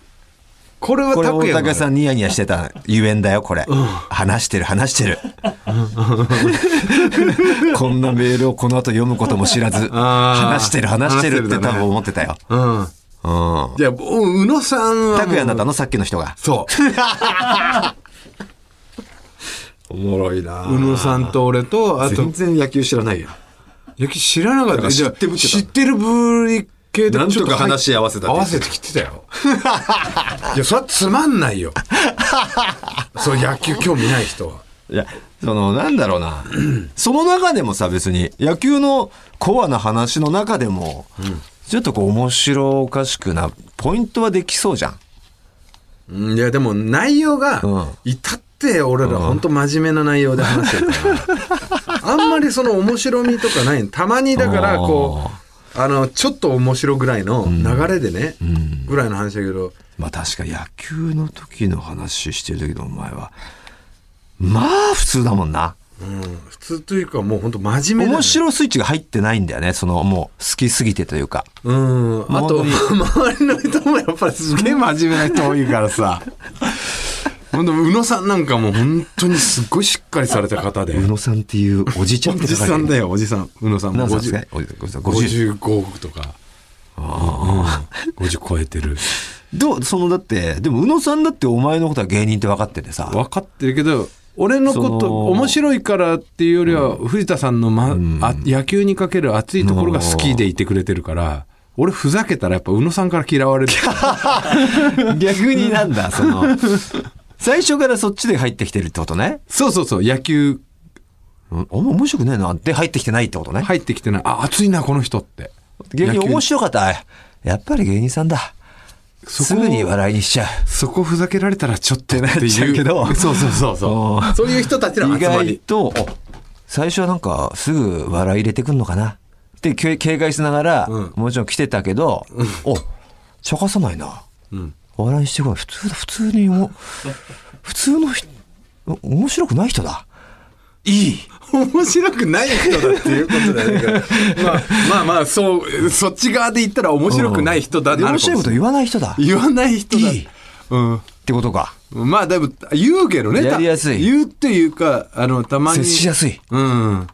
Speaker 2: これは
Speaker 1: これ
Speaker 2: タク
Speaker 1: 大
Speaker 2: ヤンが
Speaker 1: 竹さんニヤニヤしてたゆえんだよこれ、話してる話してるこんなメールをこの後読むことも知らず
Speaker 2: あー
Speaker 1: 話してる話してるって
Speaker 2: 話してるだ
Speaker 1: 多
Speaker 2: ね
Speaker 1: 分思ってたよ、
Speaker 2: うん。
Speaker 1: うん
Speaker 2: いや、もう宇野さんはもう。
Speaker 1: 拓也になったのさっきの人が
Speaker 2: そう。
Speaker 1: おもろい な
Speaker 2: 宇野さんと俺と、あと、
Speaker 1: 然野球知らないよ
Speaker 2: 野球知らなか
Speaker 1: だ
Speaker 2: っ
Speaker 1: か
Speaker 2: た。
Speaker 1: ら知ってぶってた
Speaker 2: 知ってるぶり系で
Speaker 1: なんとか話し合わせたって
Speaker 2: 合
Speaker 1: 言
Speaker 2: わ
Speaker 1: って
Speaker 2: せてきてたよ。 いや、それはつま んないよ。そう、野球興味ない人は。
Speaker 1: いやそのなんだろうなその中でもさ別に野球のコアな話の中でも、ちょっとこう面白おかしくなポイントはできそうじゃん
Speaker 2: うんいや、でも内容が
Speaker 1: うん、
Speaker 2: 至って俺ら本当真面目な内容で話してる から、あんまりその面白みとかない。たまにだから、こう、あの、ちょっと面白ぐらいの流れでね、ぐらいの話だけど、
Speaker 1: まあ確か野球の時の話してる時のお前はまあ普通だもんな
Speaker 2: うん、普通というかもう本当真面目だ
Speaker 1: 面
Speaker 2: ね
Speaker 1: 白スイッチが入ってないんだよねそのもう好きすぎてというか
Speaker 2: うん。あと、周りの人もやっぱりすげえ真面目な人多いからさ。 ほんと、宇野さんなんかもう本当にすっごいしっかりされた方で。
Speaker 1: 宇野さんっていうおじちゃんっ
Speaker 2: お
Speaker 1: て
Speaker 2: じ
Speaker 1: 書いて
Speaker 2: さ
Speaker 1: ある
Speaker 2: んだよ、おじさん。宇野さんも
Speaker 1: 何歳ですか
Speaker 2: 50
Speaker 1: おじさん50
Speaker 2: 55億とか。うん50超え てる。
Speaker 1: どうそのだってでも宇野さんだってお前のことは芸人って分かっててさ
Speaker 2: 分かってるけど、俺のこ
Speaker 1: その
Speaker 2: と面白いからっていうよりは、藤田さんの、まあ、野球にかける熱いところが好きでいてくれてるから、俺ふざけたらやっぱ宇野さんから嫌われる。
Speaker 1: 逆になんだその最初からそっちで入ってきてるってことね
Speaker 2: そうそうそう、野球
Speaker 1: うんあんま面白くねえなって入ってきてないってことね、
Speaker 2: 入ってきてない。あ、熱いな、この人って。
Speaker 1: 芸人
Speaker 2: 野球
Speaker 1: 面白かったやっぱり芸人さんだ
Speaker 2: そこ
Speaker 1: すぐに笑いにしちゃう
Speaker 2: そこふざけられたらちょっとって
Speaker 1: なっちゃうけど
Speaker 2: そうそうそうそ
Speaker 1: うん
Speaker 2: う。そういう人たちの
Speaker 1: 意
Speaker 2: 集ま
Speaker 1: 外
Speaker 2: り。
Speaker 1: とお最初はなんかすぐ笑い入れてくんのかなってけ警戒しながら、
Speaker 2: うん
Speaker 1: もちろん来てたけど、お茶化さないな、
Speaker 2: うん。
Speaker 1: お笑いしてこい。普通だ、普通にも、普通の人、お面白くない人だ。いい。
Speaker 2: 面白くない人だっていうことだよね。まあ まあまあ、そう、そっち側で言ったら面白くない人だ
Speaker 1: で
Speaker 2: な
Speaker 1: 面
Speaker 2: るか
Speaker 1: 白い
Speaker 2: も
Speaker 1: こ
Speaker 2: しれ
Speaker 1: と
Speaker 2: ない
Speaker 1: 言わない人だ。っ
Speaker 2: 言わない人だ。
Speaker 1: いい
Speaker 2: うん。
Speaker 1: てことか。
Speaker 2: まあでも、言うけどね。た
Speaker 1: やりやすい
Speaker 2: 言うっていうか、あの、たまに。
Speaker 1: 接しやすい。
Speaker 2: うん。
Speaker 1: うん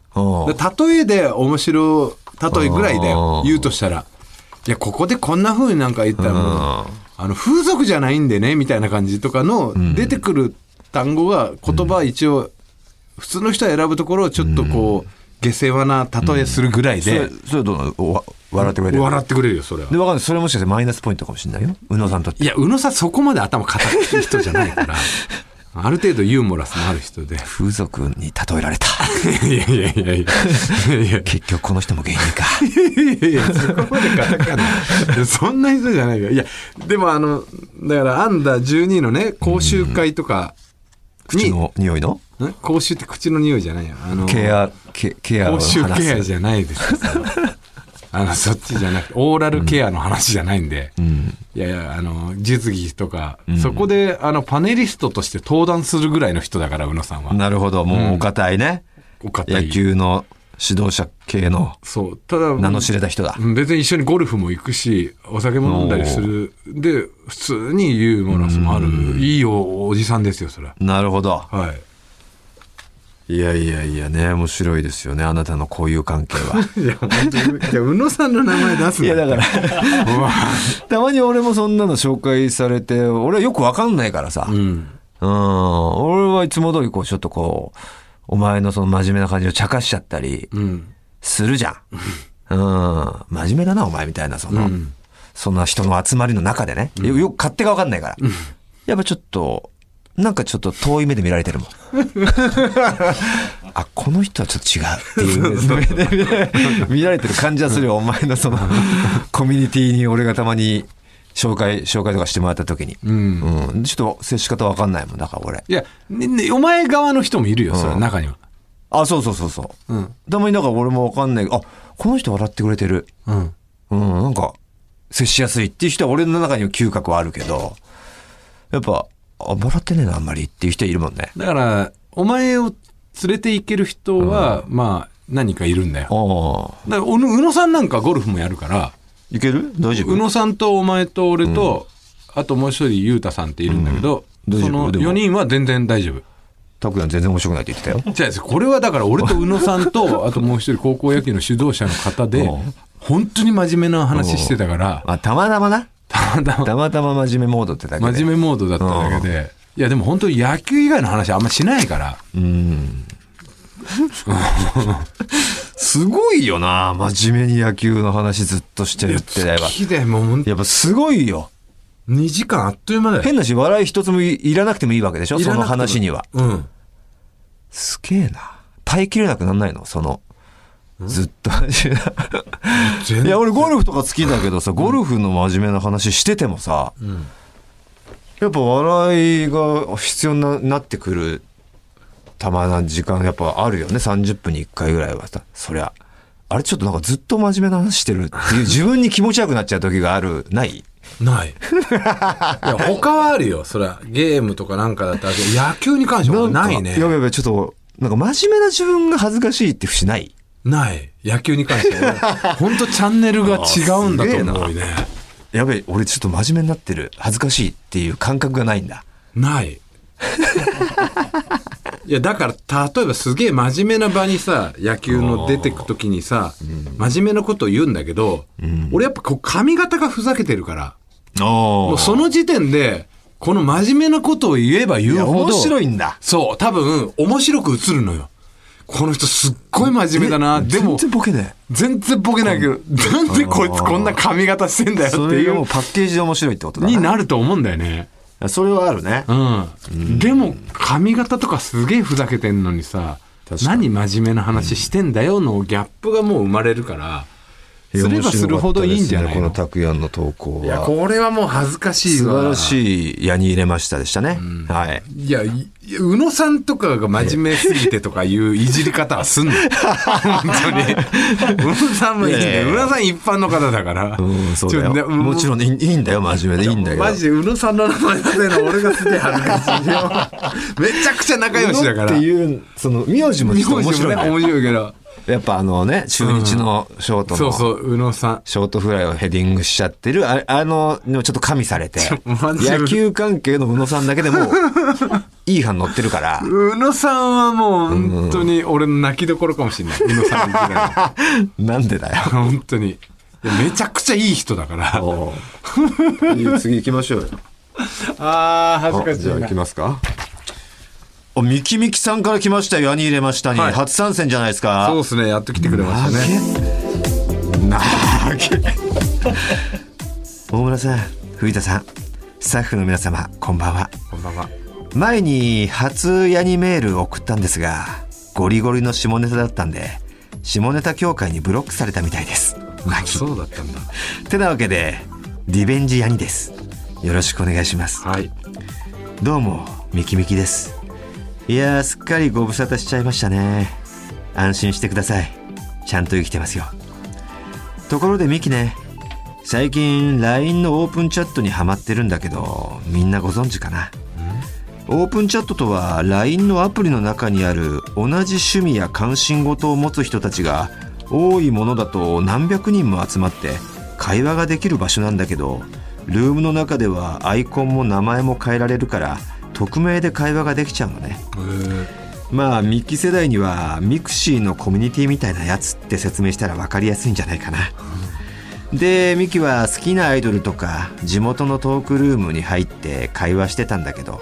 Speaker 2: だ例えで面白、例えぐらいだよ
Speaker 1: う。ん
Speaker 2: 言うとしたら。いや、ここでこんな風になんか言ったらもう
Speaker 1: うん
Speaker 2: あの、風俗じゃないんでね、みたいな感じとかの、出てくる単語が、言葉一応、普通の人は選ぶところをちょっとこう、下世話な例えするぐらい
Speaker 1: それ
Speaker 2: で、、
Speaker 1: それどうなのおわ笑ってくれてる。
Speaker 2: 笑ってくれるよ、それは
Speaker 1: で、。わかんない。それもしかしてマイナスポイントかもしれないよ。宇野さんにとって。
Speaker 2: いや、宇野さんそこまで頭固い人じゃないから、ある程度ユーモラスもある人で。
Speaker 1: 風俗に例えられ た。
Speaker 2: いやいやいやいや。いやいや
Speaker 1: 結局この人も芸人 か。
Speaker 2: いやいや、そこまでカタカナ。そんな人じゃないから。いや、でもあの、だから、アンダー12のね、講習会とか
Speaker 1: 口
Speaker 2: に、
Speaker 1: の匂いの
Speaker 2: ん講習って口の匂いじゃないよ。あの、
Speaker 1: ケア、ケケアを
Speaker 2: 口
Speaker 1: 話す。
Speaker 2: 臭ケアじゃないですよ。それはあの、そっちじゃなくて、オーラルケアの話じゃないんで。いやいや、あの、実技とか、そこで、あの、パネリストとして登壇するぐらいの人だから、宇野さんは。
Speaker 1: なるほど。もうお堅いね。
Speaker 2: お堅い
Speaker 1: 野球の指導者系の
Speaker 2: そう。ただ、
Speaker 1: 名の知れた人だ。
Speaker 2: うん別に一緒にゴルフも行くし、お酒も飲んだりする。で、普通にユーモラスもある。いいおおじさんですよ、それは。
Speaker 1: なるほど。
Speaker 2: はい。
Speaker 1: いやいやいやね、面白いですよね。あなたの交友関係は。
Speaker 2: いや、本当に。いや、宇野さんの名前出 す
Speaker 1: い
Speaker 2: な
Speaker 1: やだから、
Speaker 2: うわ
Speaker 1: たまに俺もそんなの紹介されて、俺はよくわかんないからさ。う。
Speaker 2: うんん。
Speaker 1: 俺はいつも通りこう、ちょっとこう、お前のその真面目な感じを茶化しちゃったり
Speaker 2: うん。
Speaker 1: するじゃん。うん。真面目だな、お前みたいな、その、そんな人の集まりの中でね。よよく勝手がわかんないから。やっぱちょっと、なんかちょっと遠い目で見られてる もん。あ、この人はちょっと違うっていう 目で見られてる感じはするよ。お前のその、コミュニティに俺がたまに紹介、紹介とかしてもらった時に。うん。ちょっと接し方わかんないもん、だから俺。
Speaker 2: いや、ねねお前側の人もいるよ、それは、中には。
Speaker 1: あ、そうそうそうそう。
Speaker 2: うん。
Speaker 1: たまにだから俺もわかんない。あ、この人笑ってくれてる。
Speaker 2: うん。
Speaker 1: うん、なんか、接しやすいっていう人は俺の中には嗅覚はあるけど、やっぱ、あ、もらってねえな、あんまりっていう人いるもんね。
Speaker 2: だから、お前を連れて行ける人は、まあ、何かいるんだよ。
Speaker 1: ああ。
Speaker 2: だから、おの宇野さんなんかゴルフもやるから、
Speaker 1: いける大丈夫
Speaker 2: 宇野さんとお前と俺と、あともう一人ゆうたさんっているんだけど、
Speaker 1: うん大丈夫
Speaker 2: その
Speaker 1: でも
Speaker 2: 4人は全然大丈夫。
Speaker 1: 拓也全然面白くないって言ってたよ。
Speaker 2: じゃあこれはだから俺と宇野さん とあともう一人高校野球の指導者の方で
Speaker 1: うん
Speaker 2: 本当に真面目な話してたから
Speaker 1: あ、たまたまな。
Speaker 2: たまた ま
Speaker 1: たまたま真面目モードってだけで。
Speaker 2: 真面目モードだっただけでいやでも本当に野球以外の話あんましないから
Speaker 1: うん。すごいよな。真面目に野球の話ずっとしてるってやっぱ。
Speaker 2: 好きでもう本当
Speaker 1: やっぱすごいよ。
Speaker 2: 2時間あっという間だよ
Speaker 1: 変なし、笑い一つもいいらなくてもいいわけでしょ
Speaker 2: いら
Speaker 1: そ
Speaker 2: なくても
Speaker 1: の話には。
Speaker 2: うん
Speaker 1: すげえな。耐えきれなくなんないのその、ずっ と。
Speaker 2: 全
Speaker 1: いや、
Speaker 2: 然
Speaker 1: 俺ゴルフとか好きだけどさ、ゴルフの真面目な話しててもさ、やっぱ笑いが必要にななってくる、たまな時間やっぱあるよね。30分に1回ぐらいはさ、そりゃ。あれちょっとなんかずっと真面目な話してるって いう自分に気持ち悪くなっちゃう時がある、ない
Speaker 2: ないいや他はあるよそりゃゲームとかなんかだったら野球に関してはないね
Speaker 1: んかやべやべ、ちょっと、なんか真面目な自分が恥ずかしいって節ない
Speaker 2: ない野球に関して は本当チャンネルが違うんだと思うね
Speaker 1: やべえ、俺ちょっと真面目になってる、恥ずかしいっていう感覚がないんだ。
Speaker 2: ない いやだから例えばすげえ真面目な場にさ野球の出てく時にさ、真面目なことを言うんだけど、俺やっぱこう髪型がふざけてるから
Speaker 1: お
Speaker 2: もうその時点でこの真面目なことを言えば言うほど
Speaker 1: 面白いんだ。
Speaker 2: そう多分面白く映るのよこの人すっごい真面目だなでも
Speaker 1: 全然ボケね
Speaker 2: 全然ボケないけどなんでこいつこんな髪型してんだよ
Speaker 1: え。
Speaker 2: って
Speaker 1: それ
Speaker 2: い
Speaker 1: がも
Speaker 2: う
Speaker 1: うパッケージで面白いってことだ
Speaker 2: に
Speaker 1: な。
Speaker 2: なると思うんだよね
Speaker 1: それはあるね。
Speaker 2: うん、でも髪型とかすげえふざけてんのにさ
Speaker 1: 確か
Speaker 2: 何真面目な話してんだよのギャップがもう生まれるから、すればするほどいいんじゃない
Speaker 1: や
Speaker 2: の
Speaker 1: 面白かったですねこの拓也の投稿
Speaker 2: いや
Speaker 1: は。
Speaker 2: これはもう恥ずかしい
Speaker 1: 素
Speaker 2: わ
Speaker 1: 晴らしい矢に入れましたでしたね。はい。
Speaker 2: いや、いいや宇野さんとかが真面目すぎてとかいういじり方は すんの本当に。宇野さんもいい
Speaker 1: いやい
Speaker 2: ね。
Speaker 1: や
Speaker 2: 宇野さん一般の方だから。
Speaker 1: うん、そうだ
Speaker 2: ち
Speaker 1: よ。
Speaker 2: ょね
Speaker 1: もちろんいいいいんだよ、真面目でいいんだけど。
Speaker 2: マジで宇野さんの名前出せるの俺がすげえ恥ずかしいよ。めちゃくちゃ仲良しだから。
Speaker 1: っていう、その、名字もちょっと面白い
Speaker 2: 名字もね
Speaker 1: ね。
Speaker 2: 面白いけど。
Speaker 1: やっぱあのね、中日のショート
Speaker 2: そう
Speaker 1: の、
Speaker 2: そう、宇野さん。
Speaker 1: ショートフライをヘディングしちゃってる、ああの、でもちょっと加味されて、
Speaker 2: マジで
Speaker 1: 野球関係の宇野さんだけでも、いい班乗ってる から、
Speaker 2: 宇野さんはもう本当に俺の泣きどころかもしれない。宇野さんの時代 は
Speaker 1: なんでだよ。
Speaker 2: 本当に。いやめちゃくちゃいい人だから。
Speaker 1: 次行きましょうよ。
Speaker 2: あー、恥ずかしいな。
Speaker 1: じゃあ行きますか。お、ミキミキさんから来ましたよ。矢に入れましたに。
Speaker 2: はい
Speaker 1: 初参戦じゃないですか。
Speaker 2: そうですね、やっと来てくれましたね。
Speaker 1: な げ大村さん藤田さんスタッフの皆様こんばんは
Speaker 2: こんばんは。
Speaker 1: 前に初ヤニメールを送ったんですがゴリゴリの下ネタだったんで下ネタ協会にブロックされたみたいです
Speaker 2: そうだったんだ。
Speaker 1: てなわけでリベンジヤニですよろしくお願いします
Speaker 2: はい。
Speaker 1: どうもミキミキですいやーすっかりご無沙汰しちゃいましたね安心してくださいちゃんと生きてますよところでミキね最近 LINE のオープンチャットにハマってるんだけどみんなご存知かなオープンチャットとは LINE のアプリの中にある同じ趣味や関心事を持つ人たちが多いものだと何百人も集まって会話ができる場所なんだけどルームの中ではアイコンも名前も変えられるから匿名で会話ができちゃうのねまあミキ世代にはミクシーのコミュニティみたいなやつって説明したら分かりやすいんじゃないかなでミキは好きなアイドルとか地元のトークルームに入って会話してたんだけど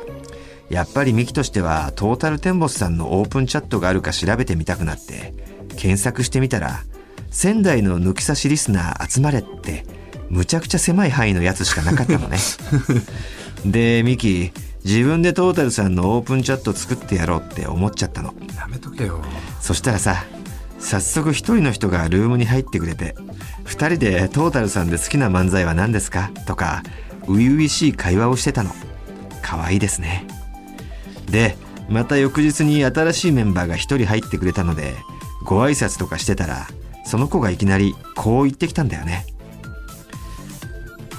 Speaker 1: やっぱりミキとしてはトータルテンボスさんのオープンチャットがあるか調べてみたくなって検索してみたら仙台の抜き差しリスナー集まれってむちゃくちゃ狭い範囲のやつしかなかったのねでミキ自分でトータルさんのオープンチャット作ってやろうって思っちゃったの
Speaker 2: やめとけよ。
Speaker 1: そしたらさ早速一人の人がルームに入ってくれて二人でトータルさんで好きな漫才は何ですかとか初々しい会話をしてたの可愛いですねでまた翌日に新しいメンバーが一人入ってくれたのでご挨拶とかしてたらその子がいきなりこう言ってきたんだよね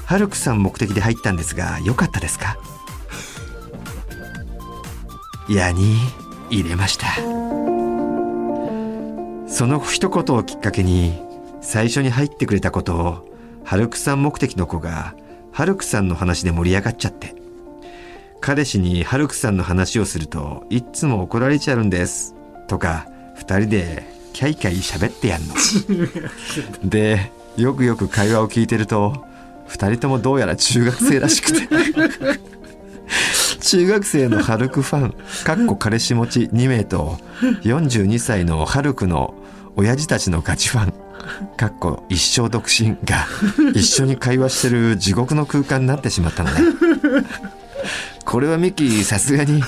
Speaker 1: ハルクさん目的で入ったんですが良かったですか矢に入れましたその一言をきっかけに最初に入ってくれたことをハルクさん目的の子がハルクさんの話で盛り上がっちゃって彼氏にハルクさんの話をするといっつも怒られちゃうんですとか二人でキャイキャイ喋ってやんのでよくよく会話を聞いてると二人ともどうやら中学生らしくて中学生のハルクファン、かっこ彼氏持ち2名と、42歳のハルクの親父たちのガチファン、かっこ一生独身が、一緒に会話してる地獄の空間になってしまったのね。これはミキ、さすがに、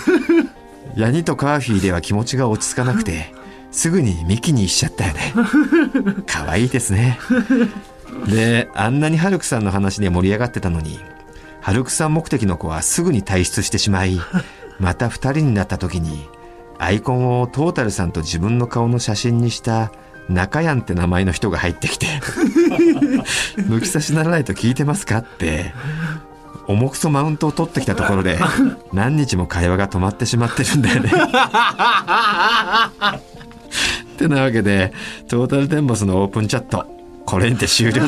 Speaker 1: ヤニとカーフィーでは気持ちが落ち着かなくて、すぐにミキにしちゃったよね。可愛いですね。で、あんなにハルクさんの話で盛り上がってたのに、ハルクさん目的の子はすぐに退出してしまい、また二人になった時に、アイコンをトータルさんと自分の顔の写真にした、中やんって名前の人が入ってきて、抜き差しならないと聞いてますかって、重くそマウントを取ってきたところで、何日も会話が止まってしまってるんだよね。ってなわけで、トータルテンボスのオープンチャット、これにて終了です。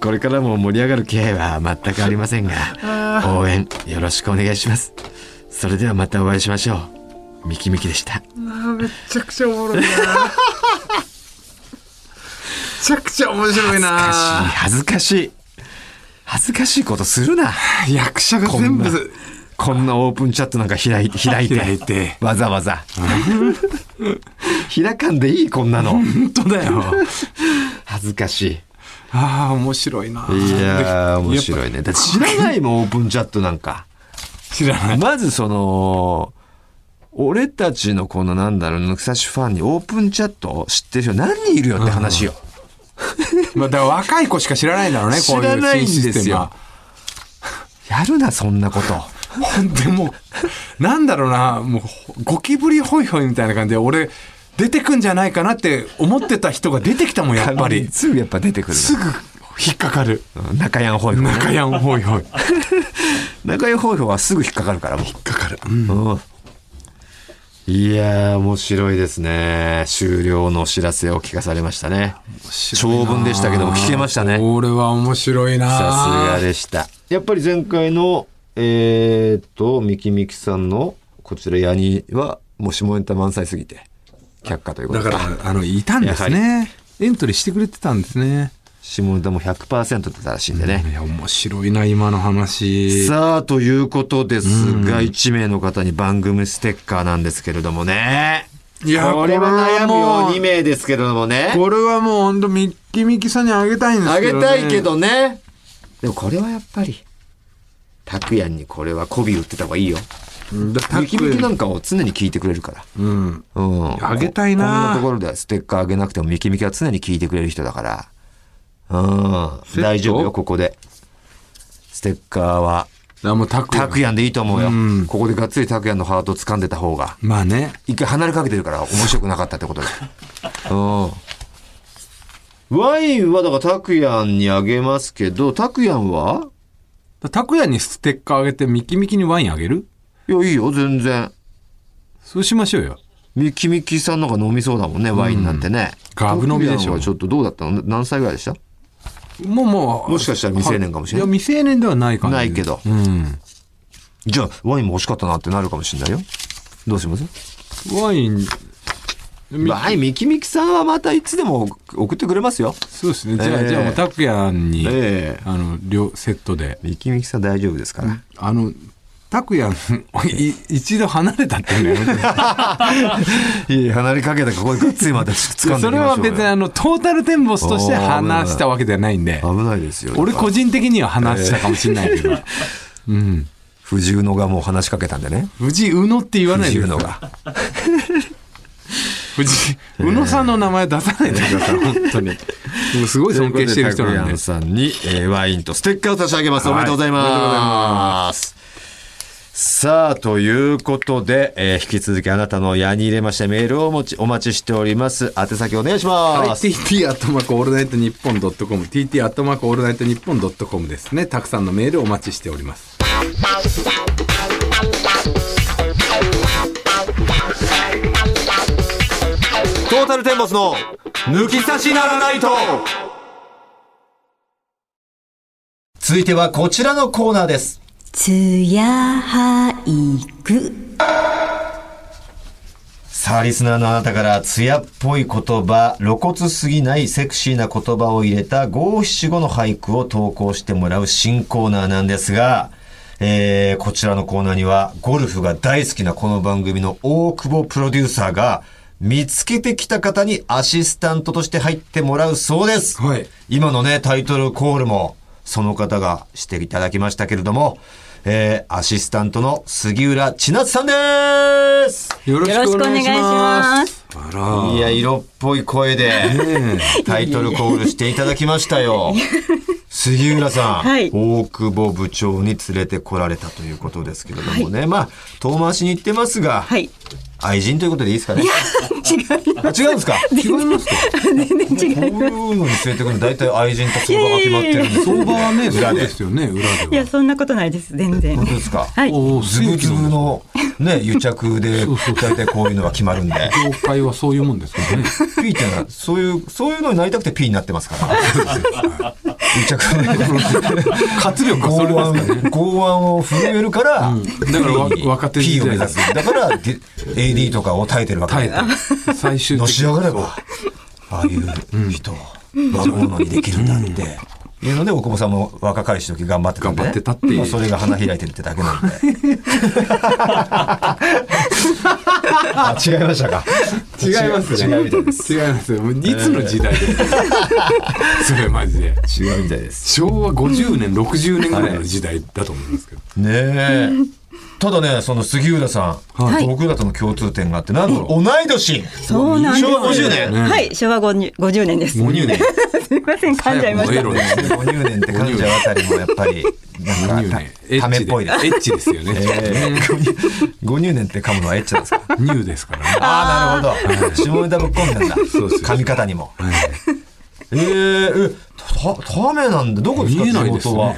Speaker 1: これからも盛り上がる気配は全くありませんが、応援よろしくお願いします。それではまたお会いしましょう。ミキミキでした。
Speaker 2: めちゃくちゃおもろいな。めちゃくちゃ面白いな。
Speaker 1: 恥ずかしい。恥ずかしいことするな。
Speaker 2: 役者が全
Speaker 1: こんな
Speaker 2: 部
Speaker 1: こんなオープンチャットなんか開いて、開いて。
Speaker 2: 開いて。
Speaker 1: わざわ ざ。開かんでいい、こんなの。
Speaker 2: 本当だよ。
Speaker 1: 恥ずかし
Speaker 2: ああ、面白いな。
Speaker 1: い。いやー、面
Speaker 2: い。
Speaker 1: 白いね。だって知らないもん、オープンチャットなんか。
Speaker 2: 知らない。
Speaker 1: まずその、俺たちのこのなんだろう、抜き差しファンにオープンチャットを知ってる人何人いるよって話よ。
Speaker 2: まあ、だから若い子しか知らないだろうね、こういう
Speaker 1: 知らないんですよ
Speaker 2: 新システムは。
Speaker 1: やるな、そんなこと。
Speaker 2: ほんでもう、なんだろうな、もう、ゴキブリホイホイみたいな感じで、俺、出てくんじゃないかなって思ってた人が出てきたもん、やっぱり。
Speaker 1: すぐやっぱ出てくる
Speaker 2: すぐ引っかかる。
Speaker 1: な。うん中山ホイホイ。
Speaker 2: 中やんホイホイ。
Speaker 1: 中山ホイホイはすぐ引っかかるから、もう。
Speaker 2: かかる。
Speaker 1: うんいやー、面白いですね。終了のお知らせを聞かされましたね。長文でしたけども、聞けましたね。
Speaker 2: 俺は面白いな
Speaker 1: さすがでした。やっぱり前回の、えー、っと、ミキミキさんの、こちらヤニは、もう下ネタ満載すぎて、却下ということ
Speaker 2: だ
Speaker 1: で
Speaker 2: か。ら、あの、いたんですね。エントリーしてくれてたんですね。
Speaker 1: 下ネタも100%出たらしいんでね。
Speaker 2: いや、面白いな、今の話。
Speaker 1: さあ、ということですが、1名の方に番組ステッカーなんですけれどもね。
Speaker 2: いや
Speaker 1: これは悩む
Speaker 2: これは
Speaker 1: よ
Speaker 2: もう
Speaker 1: 2名ですけれどもね。
Speaker 2: これはもう本当ミッキーミッキーさんにあげたいんで
Speaker 1: あ
Speaker 2: すけ
Speaker 1: げ
Speaker 2: ど、ね。
Speaker 1: たいけ。どね。でもこれはやっぱり、たくやんにこれは媚び売ってた方がいいよ。
Speaker 2: だ
Speaker 1: ムキムキなんかを常に聞いてくれるから。
Speaker 2: うん。
Speaker 1: うん。
Speaker 2: あげたいな
Speaker 1: ここんなところではステッカーあげなくてもミキミキは常に聞いてくれる人だから。うん。
Speaker 2: ット
Speaker 1: 大丈夫よ、ここで。ステッカーは、
Speaker 2: あ、もうタク
Speaker 1: たくやんでいいと思うよ。
Speaker 2: うん
Speaker 1: ここでがっつりたくやんのハート掴んでた方が。
Speaker 2: まあね。
Speaker 1: 一回離れかけてるから面白くなかったってことで。うん。ワインはだからたくやんにあげますけど、たくやんは
Speaker 2: タクヤにステッカーあげてミキミキにワインあげる
Speaker 1: いや、いいよ、全然。
Speaker 2: そうしましょうよ。
Speaker 1: ミキミキさんの方が飲みそうだもんね、ワインなんてね。
Speaker 2: ガブ飲みでし
Speaker 1: 拓也
Speaker 2: ょ
Speaker 1: はちょっとどうだったの何歳ぐらいでした
Speaker 2: もうもう。
Speaker 1: もしかしたら未成年かもしれない
Speaker 2: いや、未成年ではない感じ。
Speaker 1: ないけど
Speaker 2: うん。
Speaker 1: じゃあ、ワインも欲しかったなってなるかもしれないよ。どうします
Speaker 2: ワイン、み
Speaker 1: ワイン、ミキミキさんはまたいつでも送ってくれますよ。
Speaker 2: そうですね。じゃあ、
Speaker 1: ええ
Speaker 2: じゃあもうタクヤに、
Speaker 1: ええ
Speaker 2: あの、両、セットで。
Speaker 1: ミキミキさん大丈夫ですから。
Speaker 2: あの、タクヤ、 い一度離れたっていうね。
Speaker 1: いや、離れかけたここでがっつりまた掴んでいきましょうよ
Speaker 2: それは別にあの、トータルテンボスとして話したわけではないんで、
Speaker 1: 危ないですよ。
Speaker 2: 俺個
Speaker 1: だから
Speaker 2: 人的には話したかもしれないけど。うん。
Speaker 1: 藤井宇野がもう話しかけたんでね。
Speaker 2: 藤井宇野って言わない
Speaker 1: 藤
Speaker 2: で
Speaker 1: 井
Speaker 2: く
Speaker 1: 宇
Speaker 2: だ
Speaker 1: 野
Speaker 2: さい。
Speaker 1: が。
Speaker 2: 藤井、宇野さんの名前出さないでください、本当に。もうすごい 尊敬してる人なん
Speaker 1: 拓
Speaker 2: で
Speaker 1: 也。さんに、えーワインとステッカーを差し上げます。おめでとうござい
Speaker 2: はいおめでとうござい
Speaker 1: ます。さあ、ということで、えー引き続きあなたの矢に入れましてメールをお待ちお待ちしております。宛先お願いし
Speaker 2: はい、
Speaker 1: ます。
Speaker 2: tt アットマークオールナイトニッポンドットコム tt アットマークオールナイトニッポンドットコムですねたくさんのメールをお待ちしております
Speaker 1: トータルテンボスの抜き差しならないと続いてはこちらのコーナーです。
Speaker 3: つやはいく。
Speaker 1: さあ、リスナーのあなたから、艶っぽい言葉、露骨すぎないセクシーな言葉を入れた五七五の俳句を投稿してもらう新コーナーなんですが、えーこちらのコーナーには、ゴルフが大好きなこの番組の大久保プロデューサーが、見つけてきた方にアシスタントとして入ってもらうそうです。
Speaker 2: はい
Speaker 1: 今のね、タイトルコールも、その方がしていただきましたけれども、えーアシスタントの杉浦千夏さんです
Speaker 2: よろしくお願いしますあ
Speaker 1: いや、色っぽい声で、 タイトルコールしていただきました よ。杉浦さん、
Speaker 3: はい
Speaker 1: 大久保部長に連れてこられたということですけれどもね、まあ、遠回しに言ってますが、
Speaker 3: はい。
Speaker 1: 愛人ということでいいですかね。
Speaker 3: 違う。
Speaker 1: あ違うん ですか違いますか
Speaker 3: 全然違う。
Speaker 1: こういうのに連れてくるの大体愛人と相場が決まってるんで、
Speaker 2: ら相場はねそ
Speaker 1: 裏
Speaker 2: う
Speaker 1: で
Speaker 2: で。すよね裏
Speaker 3: い
Speaker 2: で
Speaker 3: や、
Speaker 2: は
Speaker 3: そんなことないです。全然。
Speaker 1: 本当ですか
Speaker 3: はい。
Speaker 2: おお
Speaker 1: ズ
Speaker 2: 正
Speaker 1: ブ
Speaker 2: 規
Speaker 1: ズブ
Speaker 2: の
Speaker 1: のね、癒着で、大体こういうのが決まるんで。
Speaker 2: 業界はそういうもんですからね
Speaker 1: P ってのは、そういう、そういうのになりたくて P になってますから。癒着
Speaker 2: 活力がそれ
Speaker 1: 剛
Speaker 2: ですからね
Speaker 1: 腕、剛腕を震えるから、
Speaker 2: だからわ若手
Speaker 1: P
Speaker 2: 時
Speaker 1: を目
Speaker 2: 代
Speaker 1: 指す。だから、で AD とかを耐えてるわけ
Speaker 2: 耐え
Speaker 1: で。
Speaker 2: て最終
Speaker 1: の
Speaker 2: 的
Speaker 1: し上がれば、ああいう人を若者にできるんだって。いうので、大久保さんも若かりし時頑張ってたんで、
Speaker 2: 頑張ってたっていう
Speaker 1: まあそれが花開いてるってだけなん で。あ、違いましたか。
Speaker 2: 違いますね
Speaker 1: 違うみたいです。
Speaker 2: 違いますよもういつの時代でそれマジで
Speaker 1: 違うみたいです。
Speaker 2: 昭和50年60年ぐらいの時代だと思いますけど
Speaker 1: ねえ。ただね、その杉浦さん、
Speaker 3: はい
Speaker 1: 僕らとの共通点があって、なんと同い年
Speaker 3: そうなんですよ
Speaker 1: 昭和50年
Speaker 3: はい、昭和50年です。
Speaker 1: 五入年
Speaker 3: すみません、噛んじゃいまし
Speaker 2: エ
Speaker 3: た。
Speaker 2: ロですね。
Speaker 1: 50年って感じあたりもやっぱり、な
Speaker 2: 五
Speaker 1: ん
Speaker 2: 入
Speaker 1: か
Speaker 2: 年
Speaker 1: た、ためっぽい
Speaker 2: エ
Speaker 1: です。
Speaker 2: ッチですよね。
Speaker 1: 5入年って噛むのはエッチなんですか
Speaker 2: ニューですからね。
Speaker 1: ああ、なるほど。下ネタぶっ込んでんだ。
Speaker 2: そうです
Speaker 1: 髪型にも。えー、え、た、ためなんで、どこですか
Speaker 2: 見えない
Speaker 1: 地
Speaker 2: ですね
Speaker 1: 元は。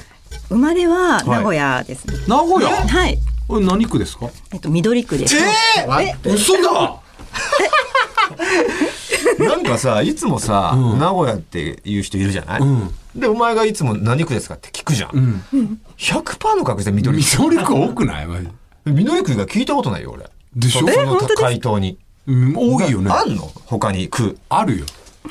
Speaker 3: 生まれは名古屋ですね。
Speaker 2: 名古屋
Speaker 3: はい、
Speaker 2: これ何区ですか
Speaker 3: えっと緑区です。
Speaker 1: えー、嘘だなんかさいつもさ、名古屋っていう人いるじゃない、
Speaker 2: ん
Speaker 1: でお前がいつも何区ですかって聞くじゃん、100%の確率で緑区
Speaker 2: 緑区多くないマジ
Speaker 1: 緑区が聞いたことないよ俺
Speaker 2: でしょ
Speaker 1: そその
Speaker 3: 本当です
Speaker 1: 回答に
Speaker 2: うん多いよね。
Speaker 1: あんの他に区
Speaker 2: あるよ。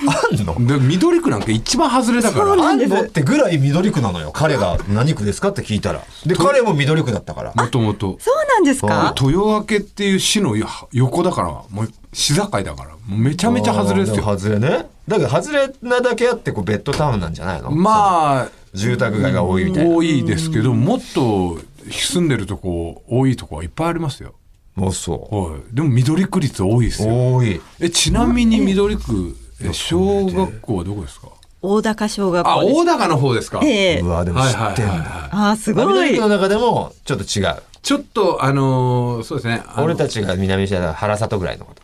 Speaker 1: あんの
Speaker 2: で緑区なんか一番外れだか
Speaker 3: そう
Speaker 2: ら。
Speaker 3: な
Speaker 1: あ
Speaker 3: んで
Speaker 1: ん
Speaker 3: す
Speaker 1: のってぐらい緑区なのよ彼が何区ですかって聞いたらで彼も緑区だったから
Speaker 2: もともと。
Speaker 3: そうなんですか。
Speaker 2: 豊明っていう市のよ横だから、もう市境だから、もうめちゃめちゃ外れです
Speaker 1: あー
Speaker 2: よ。
Speaker 1: も外れねだけど外れなだけあってこうベッドタウンなんじゃないの
Speaker 2: まあ、
Speaker 1: 住宅街が多いみたいな
Speaker 2: 多いですけど、もっと住んでるとこ、多いとこはいっぱいありますよ。
Speaker 1: もうそう。
Speaker 2: はい。でも緑区率多いですよ。
Speaker 1: 多い。
Speaker 2: え、ちなみに緑区、え小学校はどこですか
Speaker 3: 大高小学
Speaker 2: あ、
Speaker 3: 校です。
Speaker 2: 大高の方ですか。
Speaker 3: ええ
Speaker 1: うわ、でも知
Speaker 2: はいはい
Speaker 1: ってん
Speaker 2: はい
Speaker 1: だ。
Speaker 2: はい
Speaker 3: あーすご
Speaker 1: 南
Speaker 3: い
Speaker 1: 区。の中でもちょっと違う。
Speaker 2: ちょっと、あのーそうですね。あの
Speaker 1: 俺たちが南下だから原里ぐらいのこと。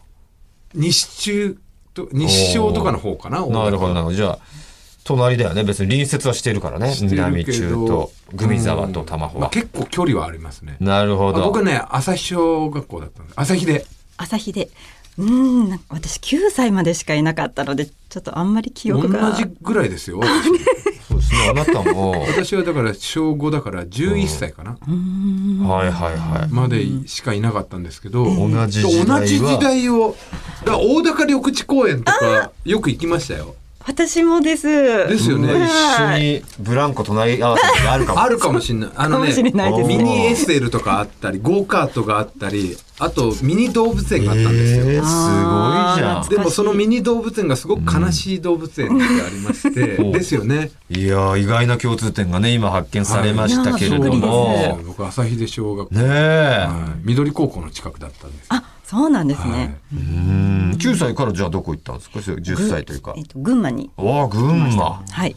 Speaker 2: 西中と、西小とかの方かな。
Speaker 1: なるほど、なるほど。じゃあ、隣だよね。別に隣接はしてるからね。
Speaker 2: 知って
Speaker 1: 南
Speaker 2: るけど
Speaker 1: 中と、グミ沢と玉
Speaker 2: うん
Speaker 1: 穂
Speaker 2: ま
Speaker 1: は。
Speaker 2: あ結構距離はありますね。
Speaker 1: なるほ
Speaker 2: あ
Speaker 1: ど。
Speaker 2: 僕ね、朝日小学校だったんです。朝日で。
Speaker 3: 朝日で。うーん、なんか私9歳までしかいなかったので、ちょっとあんまり記
Speaker 2: 同
Speaker 3: 憶が。
Speaker 2: じぐらいですよ。
Speaker 1: そうですね。あなた も。はい
Speaker 2: 私はだから小5だから11歳かな。
Speaker 1: はいはい。
Speaker 2: までしかいなかったんですけど、
Speaker 1: ん同じ時代は
Speaker 2: 同じ時代を、だから大高緑地公園とかよく行きましたよ。
Speaker 3: 私もです。
Speaker 2: ですよね
Speaker 1: うわ一緒にブランコ隣り合わせがあるかも。
Speaker 2: あるかもしれない。あの
Speaker 3: かも
Speaker 2: ね
Speaker 3: しれない
Speaker 1: ですね
Speaker 2: ミニ SL とかあったり、ゴーカートがあったり、あとミニ動物園があったんです
Speaker 1: えーす
Speaker 2: よ。
Speaker 1: ごいじゃ
Speaker 3: あ
Speaker 1: ん
Speaker 3: ー。
Speaker 2: でもそのミニ動物園がすごく悲しい動物園でありまして、
Speaker 1: うん
Speaker 2: ですよね。
Speaker 1: いやー、意外な共通点がね、今発見されましたけれど
Speaker 3: はいいやー
Speaker 1: も。
Speaker 2: 僕朝日で小学校、
Speaker 1: ねえ。
Speaker 2: はい緑高校の近くだったんです。
Speaker 3: あ、そうなんです
Speaker 2: はい
Speaker 3: ね。
Speaker 1: うん9歳からじゃあどこ行ったんですかそう10歳というか
Speaker 3: えっと群馬に。
Speaker 1: わあ群馬
Speaker 3: はい。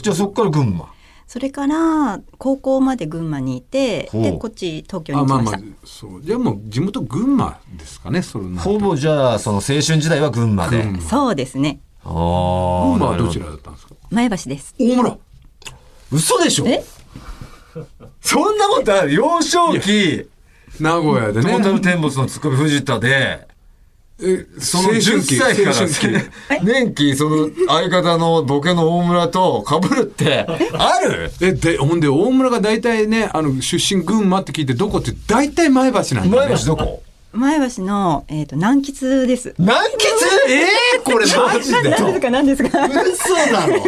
Speaker 1: じゃあそっから群馬
Speaker 3: それから高校まで群馬にいて、
Speaker 1: ほう
Speaker 3: でこっち東京に
Speaker 2: あ
Speaker 3: 来
Speaker 2: まあ
Speaker 3: まし
Speaker 2: ま
Speaker 3: た
Speaker 2: あ。そうじゃあもう地元群馬ですかねそれな
Speaker 1: ほぼじゃあその青春時代は群馬で
Speaker 2: 群馬
Speaker 3: そうですね。
Speaker 1: ああ
Speaker 2: 群馬はどち
Speaker 1: ら
Speaker 2: らだったんですか
Speaker 3: 前橋です。
Speaker 2: 大村
Speaker 1: 嘘でしょ
Speaker 3: え、
Speaker 1: そんなことある幼少期
Speaker 2: 名古屋で
Speaker 1: ト
Speaker 2: ね
Speaker 1: ータルテンボスのツッコミ藤田で
Speaker 2: え
Speaker 1: その10歳から年期その相方のボケの大村と被るってある
Speaker 2: えでほんで大村が大体ねあの出身群馬って聞いてどこって大体前橋なんだよ
Speaker 1: 前
Speaker 2: ね
Speaker 1: 橋どこ
Speaker 3: 前橋のえっ、と南吉です。
Speaker 1: 南吉ええこれマジ
Speaker 3: ななんですかなんですか。
Speaker 1: 嘘だろ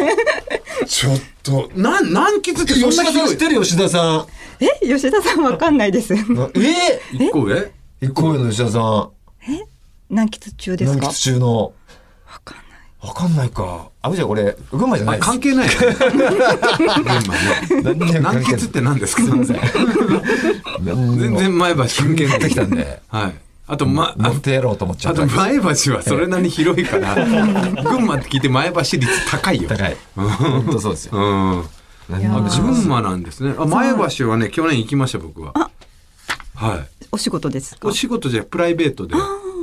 Speaker 1: ちょっと
Speaker 2: な南吉ってそん
Speaker 1: 吉
Speaker 2: な
Speaker 1: 田さん知
Speaker 2: 広
Speaker 1: っ
Speaker 2: い
Speaker 1: てる吉田さ
Speaker 3: え吉田さんわかんないです。
Speaker 1: ん。え
Speaker 2: 一個上
Speaker 1: 一個上の吉田さん。
Speaker 3: 南吉中です
Speaker 1: 南
Speaker 3: か。
Speaker 1: 吉中の。
Speaker 3: わかんない。
Speaker 1: わかんないか。あ、じゃあ俺、群馬じゃない
Speaker 2: あ
Speaker 1: です。
Speaker 2: 関係ないよね群
Speaker 1: 何
Speaker 2: 馬ね
Speaker 1: にも関
Speaker 2: 南
Speaker 1: 係ない
Speaker 2: 吉って何ですか全然前橋関係ない
Speaker 1: てきたんで。
Speaker 2: はいあとまあ
Speaker 1: 乗ってやろうと思っちゃ
Speaker 2: あ
Speaker 1: った
Speaker 2: と。前橋はそれなりに広いから、群馬って聞いて前橋率高いよ。
Speaker 1: 高い。本当そうですよ。
Speaker 2: うん。
Speaker 1: 何
Speaker 3: や
Speaker 1: も
Speaker 3: ー
Speaker 2: 群馬なんですね。あ前橋はね、去年行きました、僕は。はい。
Speaker 3: お仕事ですか
Speaker 2: お。仕事じゃプライベートで、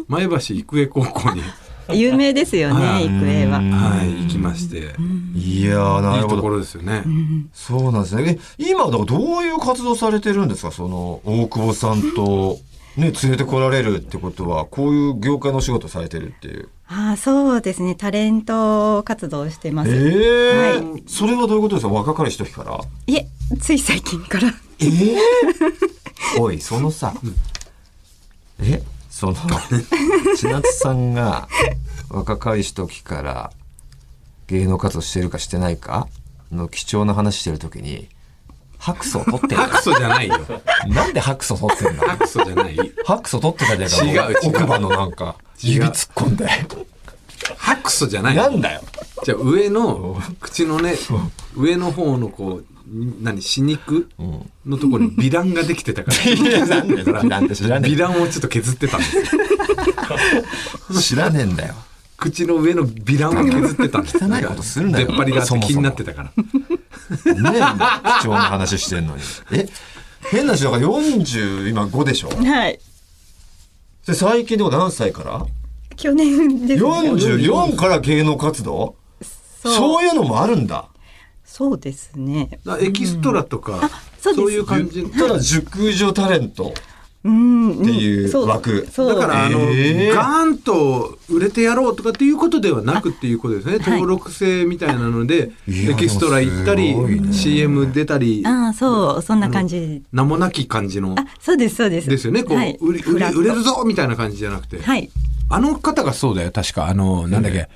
Speaker 2: 前橋育英高校に、
Speaker 3: 有名ですよ
Speaker 2: あ
Speaker 3: ね。育英は。
Speaker 2: はい、行きまして、いい
Speaker 1: いやー、なるほ
Speaker 2: とこ
Speaker 1: ど。
Speaker 2: ろですよね。
Speaker 1: そうなんですね。え今、だからどういう活動されてるんですかその、大久保さんと、ね、連れてこられるってことは、こういう業界のお仕事されてるっていう。
Speaker 3: ああそうですね。タレント活動をしてま
Speaker 1: え
Speaker 3: す。
Speaker 1: え
Speaker 3: は
Speaker 1: ー。それはどういうことですか若かりし時から。
Speaker 3: いえつい最近から。
Speaker 1: ええおいそのさ、えその千夏さんが若かりし時から芸能活動してるかしてないかの貴重な話してる時に白素取ってる
Speaker 2: 白素じゃな いよ。
Speaker 1: なんで白素取って んの
Speaker 2: 白素じゃない。
Speaker 1: 白素取ってたじゃん
Speaker 2: 違う違う
Speaker 1: 奥歯のなんか
Speaker 2: 違う
Speaker 1: 指突っ込んで
Speaker 2: 白素じゃな い。
Speaker 1: なんだよ
Speaker 2: じゃあ上の口のね、上の方のこう、何死肉のところに美談ができ てたからだ から
Speaker 1: 美談って知らねえ
Speaker 2: 美談をちょっと削ってたんですよ
Speaker 1: 知らねえんだよ。
Speaker 2: 口の上の美談 を削ってたんです
Speaker 1: 汚いことするなよ
Speaker 2: 出っ張りがあって気になってたから
Speaker 1: ねえ、貴重な話してんのに。え変な人だから40、今5でしょ
Speaker 3: はい。
Speaker 1: で、最近でも何歳から
Speaker 3: 去年です、ね。
Speaker 1: ?44 から芸能活動
Speaker 3: そう
Speaker 1: そういうのもあるんだ。
Speaker 3: そうですね。
Speaker 2: だからエキストラとか
Speaker 3: そうです
Speaker 2: そういう感じ
Speaker 1: 言ったら熟女タレント。
Speaker 3: うん。
Speaker 1: っていう
Speaker 3: そ
Speaker 1: 枠
Speaker 3: そう
Speaker 2: だからあの、
Speaker 1: えー
Speaker 2: ガーンと売れてやろうとかっていうことではなくっていうことですね
Speaker 3: はい
Speaker 2: 登録制みたいなので、
Speaker 1: いや
Speaker 2: エキストラ行ったり
Speaker 1: でもすごいね
Speaker 2: CM 出たり
Speaker 3: ああ、そう、そんな感じ。
Speaker 2: 名もなき感じの
Speaker 3: あ、そうです、そうです。
Speaker 2: ですよねこう、
Speaker 3: はい
Speaker 2: 売り売
Speaker 3: フ
Speaker 2: り
Speaker 3: ラット
Speaker 2: 売れるぞみたいな感じじゃなくて、
Speaker 3: はい。
Speaker 2: あの方がそうだよ確かあのなんだっけ、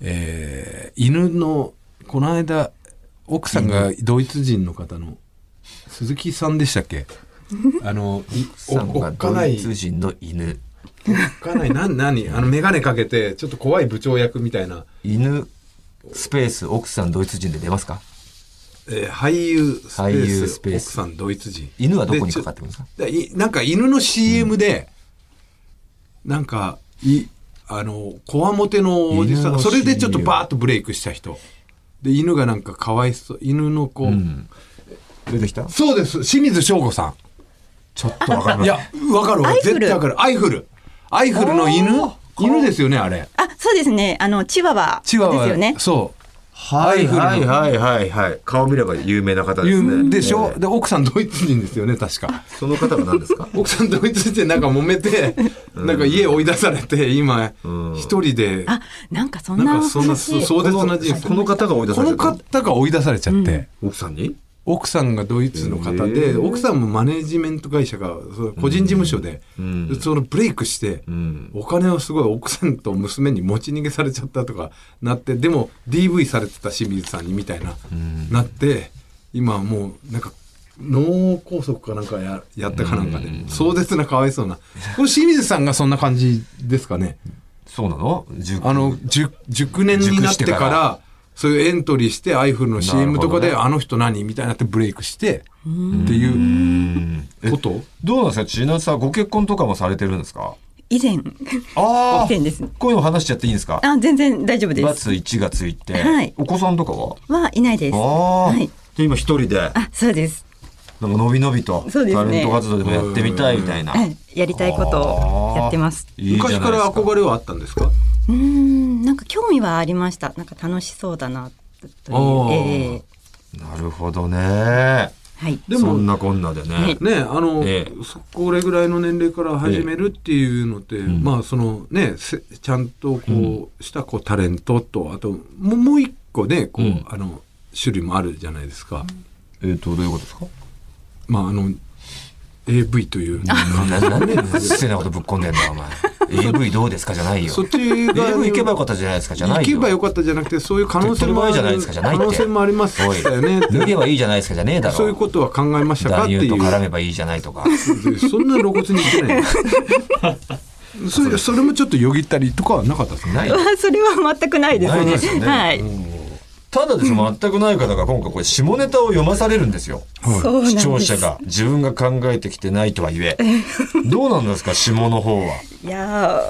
Speaker 2: えー犬のこの間奥さんがドイツ人の方の鈴木さんでしたっ けあのいおおっかない
Speaker 1: 人の犬。
Speaker 2: かなり何何あの眼鏡かけてちょっと怖い部長役みたいな、
Speaker 1: 犬、スペース、奥さん、ドイツ人で出ますか
Speaker 2: えー俳優スペ
Speaker 1: 俳優
Speaker 2: ース
Speaker 1: スペース
Speaker 2: 奥さんドイツ人
Speaker 1: 犬はどこにかかってますか
Speaker 2: でちょでいなんか犬の CM で、なんかいあのこわもてのおじさ
Speaker 1: 犬
Speaker 2: ん
Speaker 1: の
Speaker 2: それでちょっと
Speaker 1: CM
Speaker 2: バーッとブレイクした人で犬がなんかかわいそう犬の子、
Speaker 1: うん。出てきた
Speaker 2: そうです清水翔吾さ
Speaker 1: ちょっとわかり
Speaker 2: んいやわかるわ
Speaker 3: アイフル
Speaker 2: 絶対わかるアイフルアイフルの犬
Speaker 1: おー
Speaker 2: 犬ですよねあれ
Speaker 3: あ、そうですね。あの、チワワ。
Speaker 2: チワワ
Speaker 3: ですよね。
Speaker 2: そう
Speaker 1: はいはいはいはいはい。顔見れば有名な方です
Speaker 2: 言う
Speaker 1: ね。
Speaker 2: でしょ、
Speaker 1: ええ
Speaker 2: で奥さんドイツ人ですよね確か
Speaker 1: その方が何 ですか
Speaker 2: 奥さんドイツ人でなんか揉めてなんか家追い出されて今
Speaker 1: うん
Speaker 2: 一人で
Speaker 3: あ、なんかそん
Speaker 2: な
Speaker 3: なん
Speaker 2: かそんな
Speaker 3: 話。
Speaker 2: 壮絶な人生
Speaker 1: この方が追い出さ
Speaker 2: こ
Speaker 1: れた
Speaker 2: の
Speaker 1: の
Speaker 2: 方が追い出されちゃって
Speaker 1: 奥さんに
Speaker 2: 奥さんがドイツの方
Speaker 1: へ
Speaker 2: で
Speaker 1: ー
Speaker 2: 奥さんもマネジメント会社がその個人事務所で
Speaker 1: うん
Speaker 2: そのブレイクして
Speaker 1: うん。
Speaker 2: お金をすごい奥さんと娘に持ち逃げされちゃったとかなってでも DV されてた清水さんにみたいな、なって今はもうなんか脳梗塞かなんかややったかなんかで、壮絶なかわいそうなこれ清水さんがそんな感じですかね
Speaker 1: そうなの塾
Speaker 2: あの熟熟年になっ
Speaker 1: 熟し
Speaker 2: てから
Speaker 1: てから
Speaker 2: そういうエントリーしてアイフルの
Speaker 1: なる
Speaker 2: CM
Speaker 1: ほど
Speaker 2: と
Speaker 1: ね
Speaker 2: かで、あの人何みたいになってブレイクしてっていうこと
Speaker 1: どうなんですかちなさん、ご結婚とかもされてるんですか
Speaker 3: 以前、
Speaker 1: ああ
Speaker 3: 以前ですね
Speaker 1: こういうの話しちゃっていいんですか
Speaker 3: あ、全然大丈夫です。
Speaker 1: 月1がついて、
Speaker 3: はい
Speaker 1: お子さんとかは
Speaker 3: はいないです。
Speaker 1: ああ、
Speaker 3: はい。
Speaker 1: で今一人でなんか
Speaker 3: あ、そうです。
Speaker 1: のびのびと
Speaker 3: そうで
Speaker 1: タ
Speaker 3: すね
Speaker 1: レント活動でもやってみたいみたいな、
Speaker 3: はい。やりたいことをやってます。
Speaker 1: いいじゃない
Speaker 2: 昔
Speaker 1: ですか
Speaker 2: から憧れはあったんですか
Speaker 3: うーん、なんか興味はありました。なんか楽しそうだなと
Speaker 2: おー
Speaker 3: いう。ええ
Speaker 1: なるほどね
Speaker 3: はい。
Speaker 1: でもそんなこんなでね、
Speaker 3: はい
Speaker 2: ねあの、
Speaker 1: え
Speaker 2: そこれぐらいの年齢から始めるっていうのって、まあそのねせちゃんとこうしたこうタレントとあとももう一個ねこう、
Speaker 1: うん
Speaker 2: あの種類もあるじゃないですか、
Speaker 1: えっ、とどういうことですか
Speaker 2: まああの AV という
Speaker 1: 何で失礼なことぶっこんでんだお前 AV どうですかじゃないよ
Speaker 2: そっちが
Speaker 1: AV 行けばよかったじゃないですかじゃないよ
Speaker 2: 行けばよかったじゃなくてそういう可能性もあ
Speaker 1: 手っ取り早い
Speaker 2: る
Speaker 1: じゃないですかじゃないっ
Speaker 2: 可
Speaker 1: て
Speaker 2: 能性もありまし た
Speaker 1: おい
Speaker 2: よね
Speaker 1: 脱げばいいじゃないですかじゃねえだろ
Speaker 2: そういうことは考えましたかっ
Speaker 1: 男
Speaker 2: てい
Speaker 1: 優と
Speaker 2: う
Speaker 1: 絡めばいいじゃないとか
Speaker 2: でそんな露骨に言ってないそれそれもちょっとよぎったりとかはなかったですね
Speaker 1: ない
Speaker 3: それは全くないです
Speaker 1: ない
Speaker 3: ね。
Speaker 1: ですよね
Speaker 3: はい。
Speaker 1: ただですね全くない方が今回これ下ネタを読まされるんですよ
Speaker 3: そうなん
Speaker 1: 視
Speaker 3: です。
Speaker 1: 聴者が自分が考えてきてないとはい えどうなんですか下の方は、
Speaker 3: いや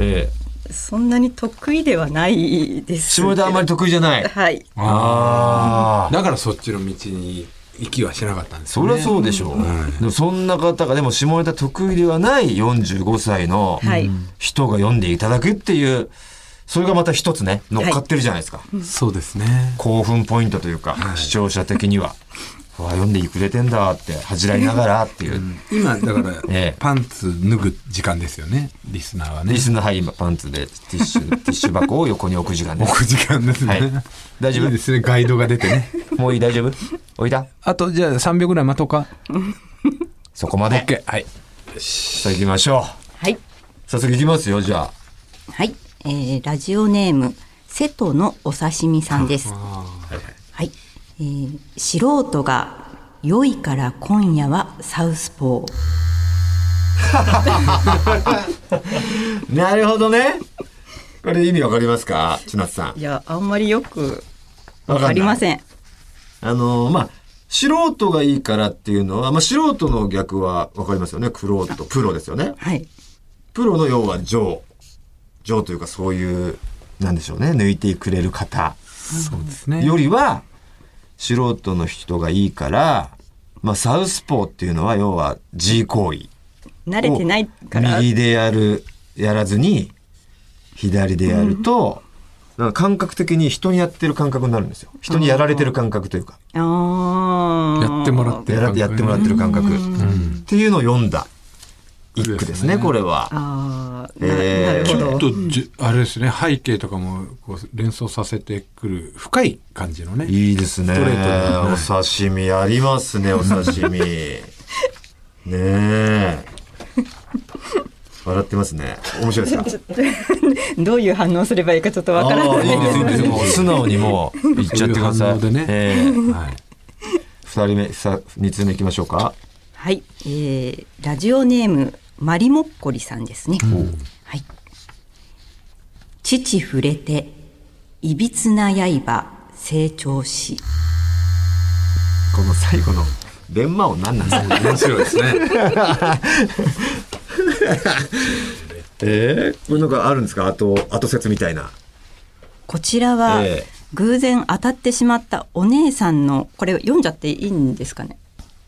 Speaker 1: ええ、
Speaker 3: ー、そんなに得意ではないです。
Speaker 1: 下ネタあまり得意じゃ ない
Speaker 3: はい。
Speaker 1: ああ
Speaker 2: だからそっちの道に行きはしなかったんです
Speaker 1: そ
Speaker 2: よ
Speaker 1: りゃ
Speaker 2: ね。
Speaker 1: そうでしょう、でもそんな方がでも下ネタ得意ではない45歳の
Speaker 3: はい
Speaker 1: 人が読んでいただくっていうそれがまた一つね乗っかってるじゃないですか、
Speaker 2: そうですね。
Speaker 1: 興奮ポイントというか、視聴者的には「うわ読んでくれてんだ」って恥じらいながらっていう、
Speaker 2: 今だから、
Speaker 1: ええ
Speaker 2: パンツ脱ぐ時間ですよね。リスナーはね
Speaker 1: リ。スのはい今パンツでティッシ ュティッシュ箱を横に置く時間です
Speaker 2: 置く時間ですね。
Speaker 1: はい大丈夫
Speaker 2: いいですね。ガイドが出て ね。
Speaker 1: もういい大丈夫置いた
Speaker 2: あとじゃあ3秒ぐらい待とうか。
Speaker 1: そこまで。
Speaker 2: OK。はい。
Speaker 1: さあ行きましょう。
Speaker 3: はい。
Speaker 1: 早速行きますよ、じゃあ。
Speaker 3: はい。えー、ラジオネーム、瀬戸のお刺身さんです。はい。えー、素人が、良いから今夜はサウスポー。
Speaker 1: なるほどね。これ意味わかりますか千夏さん
Speaker 3: い。や、あんまりよく
Speaker 1: わかん
Speaker 3: わ
Speaker 1: ない
Speaker 3: かりません。
Speaker 1: あのーまあ、素人がいいからっていうのは、まあ、素人の逆はわかりますよね。クロート、プロですよね。
Speaker 3: はい。
Speaker 1: プロの要は上。上というかそういう、なんでしょうね。抜いてくれる方
Speaker 2: そうですね。
Speaker 1: よりは、素人の人がいいから、まあ、サウスポーっていうのは要は G 行為。
Speaker 3: 慣れてないから。
Speaker 1: 右でやる、やらずに、左でやると、なんか感覚的に人にやってる感覚になるんですよ。人にやられてる感覚というか、
Speaker 3: ああ。
Speaker 2: やってもらって
Speaker 1: やらやってもらってる感覚。っていうのを読んだ一句ですね、これは。
Speaker 3: ああ、な
Speaker 1: えー
Speaker 3: な
Speaker 2: ち
Speaker 3: る
Speaker 2: ょ
Speaker 3: ほ
Speaker 2: っ
Speaker 3: ど。
Speaker 2: とじあれですね背景とかもこう連想させてくる深い感じのね
Speaker 1: いいですね。お
Speaker 2: ストレート
Speaker 1: 刺身ありますね、お刺身。ねえ。笑ってますね。面白いですか
Speaker 3: どういう反応すればいいかちょっとわから
Speaker 1: あ
Speaker 3: な
Speaker 1: あ
Speaker 3: い
Speaker 1: いいですいい
Speaker 3: で。
Speaker 1: ですす。もう素直にもう言っちゃってください。
Speaker 2: そういう反応でね
Speaker 1: ええ
Speaker 2: はい、
Speaker 1: 二人目、さ、二つ目行きましょうか。
Speaker 3: はい、えー、ラジオネームマリモッコリさんですね。はい。父触れていびつな刃成長し。
Speaker 1: この最後の連魔を何なんですか
Speaker 2: 面白いですね
Speaker 1: ええこれなんかあるんですか後、後説みたいな。
Speaker 3: こちらは
Speaker 1: ええ
Speaker 3: 偶然当たってしまったお姉さんのこれを読んじゃっていいんですかね。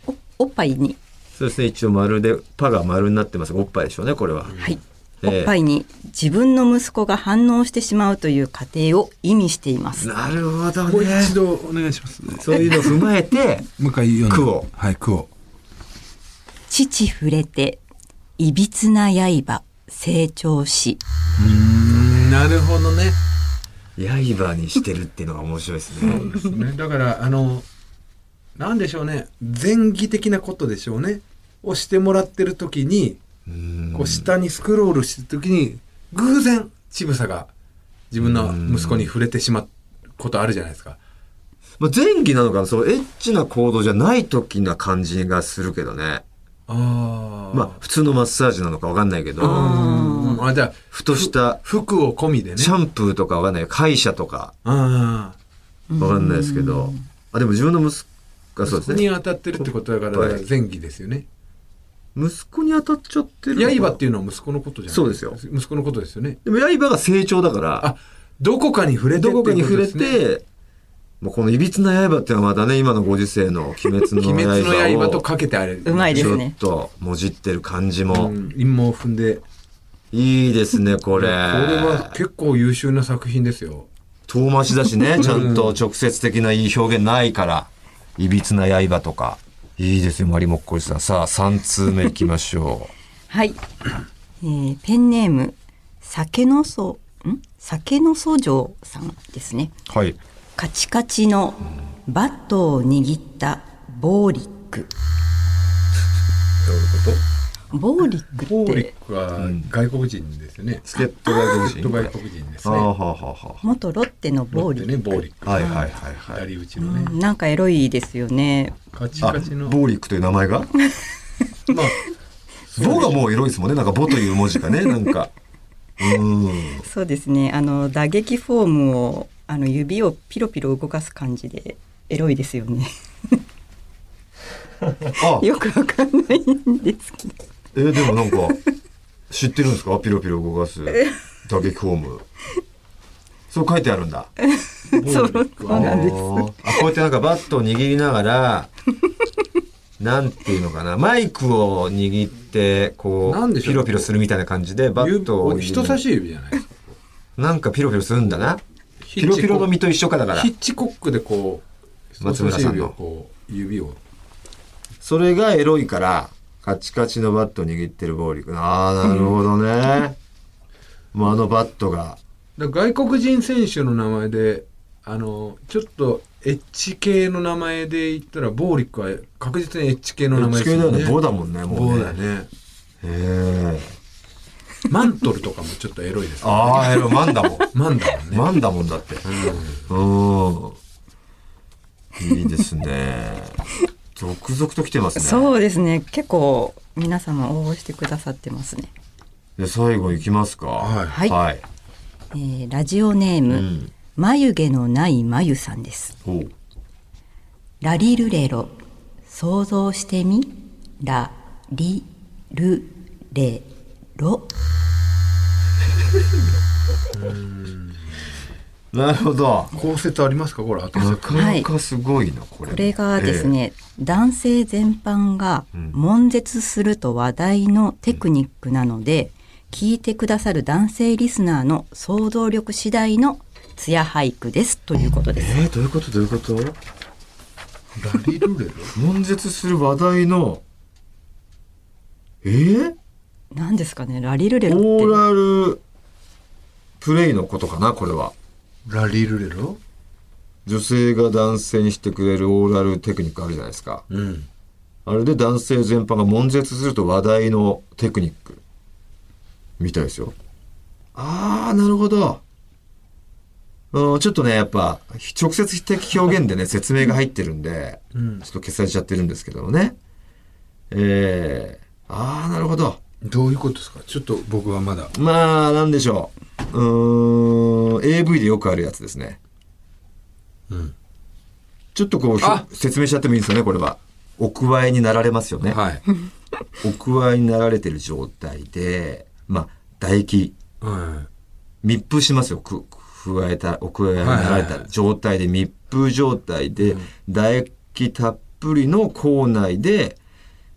Speaker 3: おおっぱいに
Speaker 1: そうですね、一応丸で、パが丸になってますがおっぱいでしょうね、これは。
Speaker 3: はい。
Speaker 1: え
Speaker 3: お
Speaker 1: え
Speaker 3: っぱいに自分の息子が反応してしまうという過程を意味しています。
Speaker 1: なるほど
Speaker 2: もう
Speaker 1: ね。
Speaker 2: 一度お願いします
Speaker 1: そういうのを踏まえて、
Speaker 2: 向かい読んで
Speaker 1: 句を
Speaker 2: はい句を
Speaker 3: 父触れていびつな刃成長し。
Speaker 2: なるほどね
Speaker 1: 刃にしてるっていうのが面白いですね。
Speaker 2: だからあのなんでしょうね前儀的なことでしょうねをしてもらってる時にこう下にスクロールしてる時に偶然ちぶさが自分の息子に触れてしまうことあるじゃないですか
Speaker 1: まあ、前期なのかな、そう、エッチな行動じゃない時な感じがするけどね。
Speaker 2: あ
Speaker 1: まあ、普通のマッサージなのかわかんないけど、
Speaker 2: ああじゃあ
Speaker 1: ふとした
Speaker 2: 服を込みでね
Speaker 1: シャンプーとかわかんない、会社とか
Speaker 2: ああ
Speaker 1: わかんないですけど、あ、でも自分の息子がそうです
Speaker 2: ここに
Speaker 1: ね。
Speaker 2: 当たってるってことだから
Speaker 1: はい
Speaker 2: だから前儀ですよね
Speaker 1: 息子に当たっちゃってるのかな。
Speaker 2: 刃っていうのは息子のことじゃない
Speaker 1: そうですよ
Speaker 2: 息子のことですよね
Speaker 1: でも刃が成長だから、
Speaker 2: あどこかに触れてってい
Speaker 1: ど
Speaker 2: う
Speaker 1: こかに
Speaker 2: と
Speaker 1: 触れ
Speaker 2: ですね
Speaker 1: て、もうこのいびつな刃っていうのはまたね、今のご時世の鬼滅の刃を。
Speaker 2: 鬼滅の刃とかけてあれ
Speaker 3: うまいですね
Speaker 1: ちょっと、もじってる感じ
Speaker 2: う
Speaker 1: も。
Speaker 2: ん陰謀を踏んでこ
Speaker 1: いいですね、これ。
Speaker 2: れは結構優秀な作品ですよ
Speaker 1: 遠回しだしね、ちゃんと直接的ないい表現ないから。いびつな刃とか。いいですよ、マリモッコリさん。さあ、3通目いきましょ
Speaker 3: はい、えーペンネーム酒のそん酒のそ嬢さんですね
Speaker 1: う。はい。
Speaker 3: カチカチのバットを握ったボーリックボーリック
Speaker 2: ボ
Speaker 3: っ
Speaker 2: ーリ
Speaker 3: て
Speaker 2: ックは外国人ですよね
Speaker 1: 助っ人外国
Speaker 2: ずっ
Speaker 1: 人。
Speaker 2: と外国人です
Speaker 1: ああ、
Speaker 2: ね
Speaker 1: はあ、はあ、は
Speaker 3: 元ロッテのボーリ
Speaker 2: で
Speaker 3: ッ
Speaker 2: ね
Speaker 3: ク、
Speaker 2: ボーリック
Speaker 1: あ。はいはいはいはい。
Speaker 2: 左打ちのね
Speaker 3: うんなんかエロいですよね
Speaker 2: カチ
Speaker 1: あ、
Speaker 2: カチの
Speaker 1: ボーリックという名前が
Speaker 2: まあ
Speaker 1: ボがもうエロいですもんね。なんかボという文字 がね、なんか。うん。
Speaker 3: そうですねあの打撃フォームをあの指をピロピロ動かす感じでエロいですよね
Speaker 1: あ、
Speaker 3: よくわかんないんですけど
Speaker 1: えーでもなんか、知ってるんですかピロピロ動かす打撃フォーム。そう書いてあるんだ。
Speaker 3: そうそうなんです
Speaker 1: あーあこうやってなんかバットを握りながらなんていうのかなマイクを握ってこ
Speaker 2: なん
Speaker 1: う
Speaker 2: でしょ
Speaker 1: ピ
Speaker 2: う
Speaker 1: ロピロするみたいな感じでバットを握
Speaker 2: 指
Speaker 1: り
Speaker 2: 人差し指じゃないですか
Speaker 1: なんかピロピロするんだなピロピロの実と一緒かだから
Speaker 2: ヒッチコックでこう人
Speaker 1: 松
Speaker 2: 差
Speaker 1: 村
Speaker 2: し
Speaker 1: さん
Speaker 2: 指
Speaker 1: の
Speaker 2: をこう指を
Speaker 1: それがエロいからカチカチのバットを握ってるボーリックああなるほどねもうあのバットが
Speaker 2: だから外国人選手の名前であのちょっとエッチ系の名前で言ったらボーリックは確実にエッチ系の名前です
Speaker 1: 地球
Speaker 2: よ
Speaker 1: の
Speaker 2: ね
Speaker 1: ような棒だもんねも
Speaker 2: 棒
Speaker 1: う
Speaker 2: だ
Speaker 1: ね
Speaker 2: ね
Speaker 1: へえ
Speaker 2: マントルとかもちょっとエロいですね
Speaker 1: ああエロいマンだもん
Speaker 2: マンだもんね
Speaker 1: マンだもんだってうんいいですね続々と来てますね
Speaker 3: そうですね。結構皆様応募してくださってますね。
Speaker 1: で最後いきますか
Speaker 2: はい
Speaker 3: はい
Speaker 1: はい、
Speaker 3: えーラジオネーム、
Speaker 1: ん
Speaker 3: 眉毛のない眉さんです。
Speaker 1: おう
Speaker 3: ラリルレロ、想像してみらりるれろ
Speaker 1: なるほど。
Speaker 2: 公設ありますかこれ後
Speaker 1: な
Speaker 2: で
Speaker 1: かなかすごいな、これ。
Speaker 3: これがですね、男性全般が悶絶すると話題のテクニックなので、聞いてくださる男性リスナーの想像力次第のツヤ俳句ですということです。
Speaker 1: えーどういうことどういうこと
Speaker 2: ラリルレロ
Speaker 1: 悶絶する話題の、えー、
Speaker 3: 何ですかね、ラリルレロ
Speaker 1: オー
Speaker 3: って。
Speaker 1: ラルプレイのことかな、これは。
Speaker 2: ラリルレロ
Speaker 1: 女性が男性にしてくれるオーラルテクニックあるじゃないですか。
Speaker 2: うん
Speaker 1: あれで男性全般が悶絶すると話題のテクニック。みたいですよ。あー、なるほど。うん、ちょっとね、やっぱ、直接的表現で ね、説明が入ってるんで、
Speaker 2: うん
Speaker 1: ちょっと消されちゃってるんですけどもね。えー、あー、なるほど。
Speaker 2: どういうことですかちょっと僕はま だ
Speaker 1: まあ、なんでしょう。うーん、AV でよくあるやつですね。
Speaker 2: うん
Speaker 1: ちょっとこうひょ
Speaker 2: あ、
Speaker 1: 説明しちゃってもいいですよね、これは。お加えになられますよね。
Speaker 2: はい
Speaker 1: お加えになられてる状態で、まあ、唾液、
Speaker 2: は
Speaker 1: 密封しますよ。く、加えた、お加えになられ
Speaker 2: はいはいは
Speaker 1: た
Speaker 2: い
Speaker 1: 状態で、密封状態で、唾液たっぷりの口内で、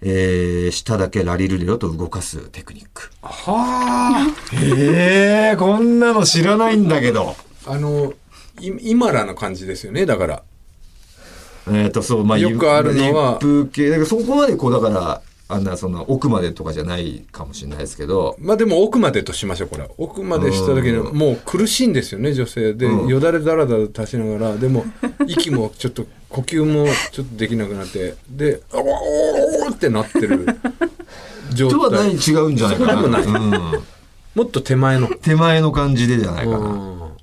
Speaker 1: えー、舌だけラリルレロと動かすテクニック。
Speaker 2: あ
Speaker 1: ええこんなの知らないんだけど。
Speaker 2: あのい今らの感じですよねだから
Speaker 1: えっ、と、そう、まあ、
Speaker 2: よくあるのは
Speaker 1: 一風系。だからそこまでこう、だから、あんな、その、奥までとかじゃないかもしれないですけど、
Speaker 2: まあでも奥までとしましょうこれは奥までした時に
Speaker 1: うん
Speaker 2: もう苦しいんですよね女性で
Speaker 1: うん
Speaker 2: よだれだらだら足しながらで も息もちょっと呼吸もちょっとできなくなってでおーおーおーってなって る状
Speaker 1: とは何
Speaker 2: 態
Speaker 1: 違うんじゃないか
Speaker 2: そこ
Speaker 1: な。
Speaker 2: でも
Speaker 1: うん、
Speaker 2: もっと手前の
Speaker 1: 手前の感じでじゃないかな。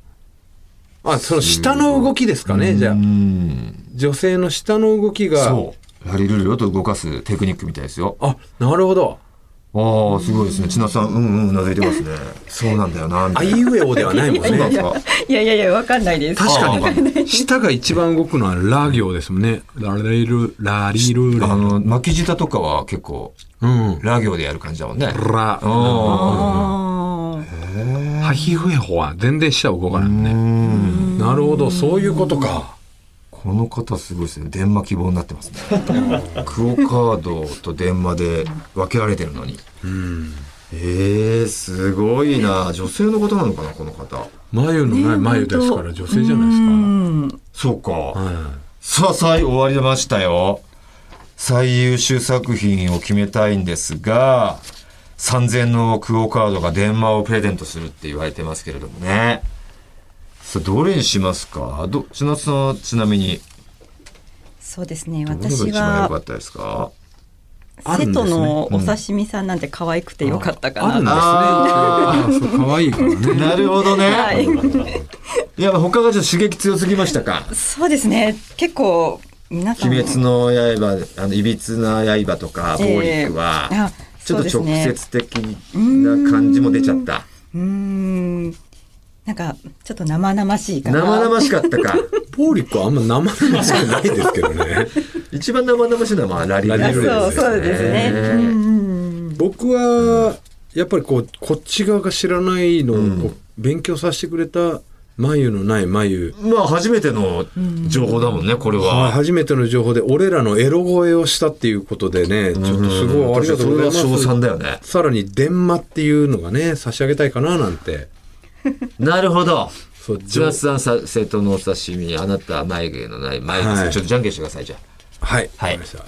Speaker 2: あその下の動きですかねじゃあ
Speaker 1: うん。
Speaker 2: 女性の下の動きが
Speaker 1: そう。ラリルレロと動かすテクニックみたいですよ。
Speaker 2: あなるほど
Speaker 1: ああ、すごいですね。千奈さん、うんうん、うなずいてますね。そうなんだよな、み
Speaker 2: あ
Speaker 1: た い
Speaker 2: い
Speaker 1: な。
Speaker 2: うえおではないもん
Speaker 1: そうなん
Speaker 2: ね
Speaker 1: ですか。
Speaker 3: いやいやいや、わかんないです。
Speaker 1: 確かに。
Speaker 2: 舌が一番動くのはラ行ですもんねラリルラリル
Speaker 1: あ
Speaker 2: ラ
Speaker 1: の、巻き舌とかは結構、
Speaker 2: うん
Speaker 1: ラ行でやる感じだもんね。
Speaker 2: ラ
Speaker 1: あ
Speaker 3: あ
Speaker 2: ハヒフエホは全然舌動かないもん
Speaker 1: あ。う
Speaker 2: ね。
Speaker 1: ん。
Speaker 2: なるほど、そういうことか。
Speaker 1: この方すごいですね。電話希望になってますね。クオカードと電話で分けられてるのに。ええー、すごいな。女性の方なのかな、この方。
Speaker 2: 眉のない眉ですから女性じゃないですか。
Speaker 1: そうか。
Speaker 2: うん
Speaker 1: さあ、さい、終わりましたよ。最優秀作品を決めたいんですが、3000のクオカードが電話をプレゼントするって言われてますけれどもね。さあ、どれにしますかど、ちなつさんはちなみに、
Speaker 3: そうですね、
Speaker 1: どれが一
Speaker 3: 私
Speaker 1: 番良か
Speaker 3: は、
Speaker 1: ったですか
Speaker 2: ある
Speaker 3: 瀬
Speaker 2: んです
Speaker 3: 戸
Speaker 2: ね
Speaker 3: のお刺身さんなんて可愛くてよかったかな。
Speaker 1: あ
Speaker 2: あるんですね。可愛いからね。
Speaker 1: なるほどね。、
Speaker 3: はいい。
Speaker 1: や、他がちょっと刺激強すぎましたか。
Speaker 3: そうですね、結構、皆さん。
Speaker 1: 鬼滅の刃、あの、いびつな刃とか、暴力は、
Speaker 3: ええあ
Speaker 1: ちょっと
Speaker 3: そうで
Speaker 1: 直
Speaker 3: すね
Speaker 1: 接的な感じも出ちゃった。
Speaker 3: うーん。なんか、ちょっと生々しいかな。
Speaker 1: 生々しかったか。
Speaker 2: ポーリックはあんま生々しくないですけどね。
Speaker 1: 一番生々しいのは、まあ、ラリル
Speaker 2: ラリルレロ
Speaker 3: そう、そうですね。う ん
Speaker 2: 僕は、やっぱりこう、こっち側が知らないのをこう勉強させてくれた眉のない眉。
Speaker 1: まあ、初めての情報だもんね、これ
Speaker 2: はい、
Speaker 1: は。
Speaker 2: 初めての情報で俺らのエロ声をしたっていうことでね、ちょっとすごいありがとうございます。
Speaker 1: それは賞賛だよね。
Speaker 2: さらに電話っていうのがね差し上げたいかななんて
Speaker 1: なるほど。
Speaker 2: そう
Speaker 1: 千葉さんさ、生徒のお刺身、あなたは眉毛のない眉毛、
Speaker 2: はい
Speaker 1: ちょっとじゃんけんしてください、じゃあ。
Speaker 2: はい、
Speaker 1: はい
Speaker 2: わかりました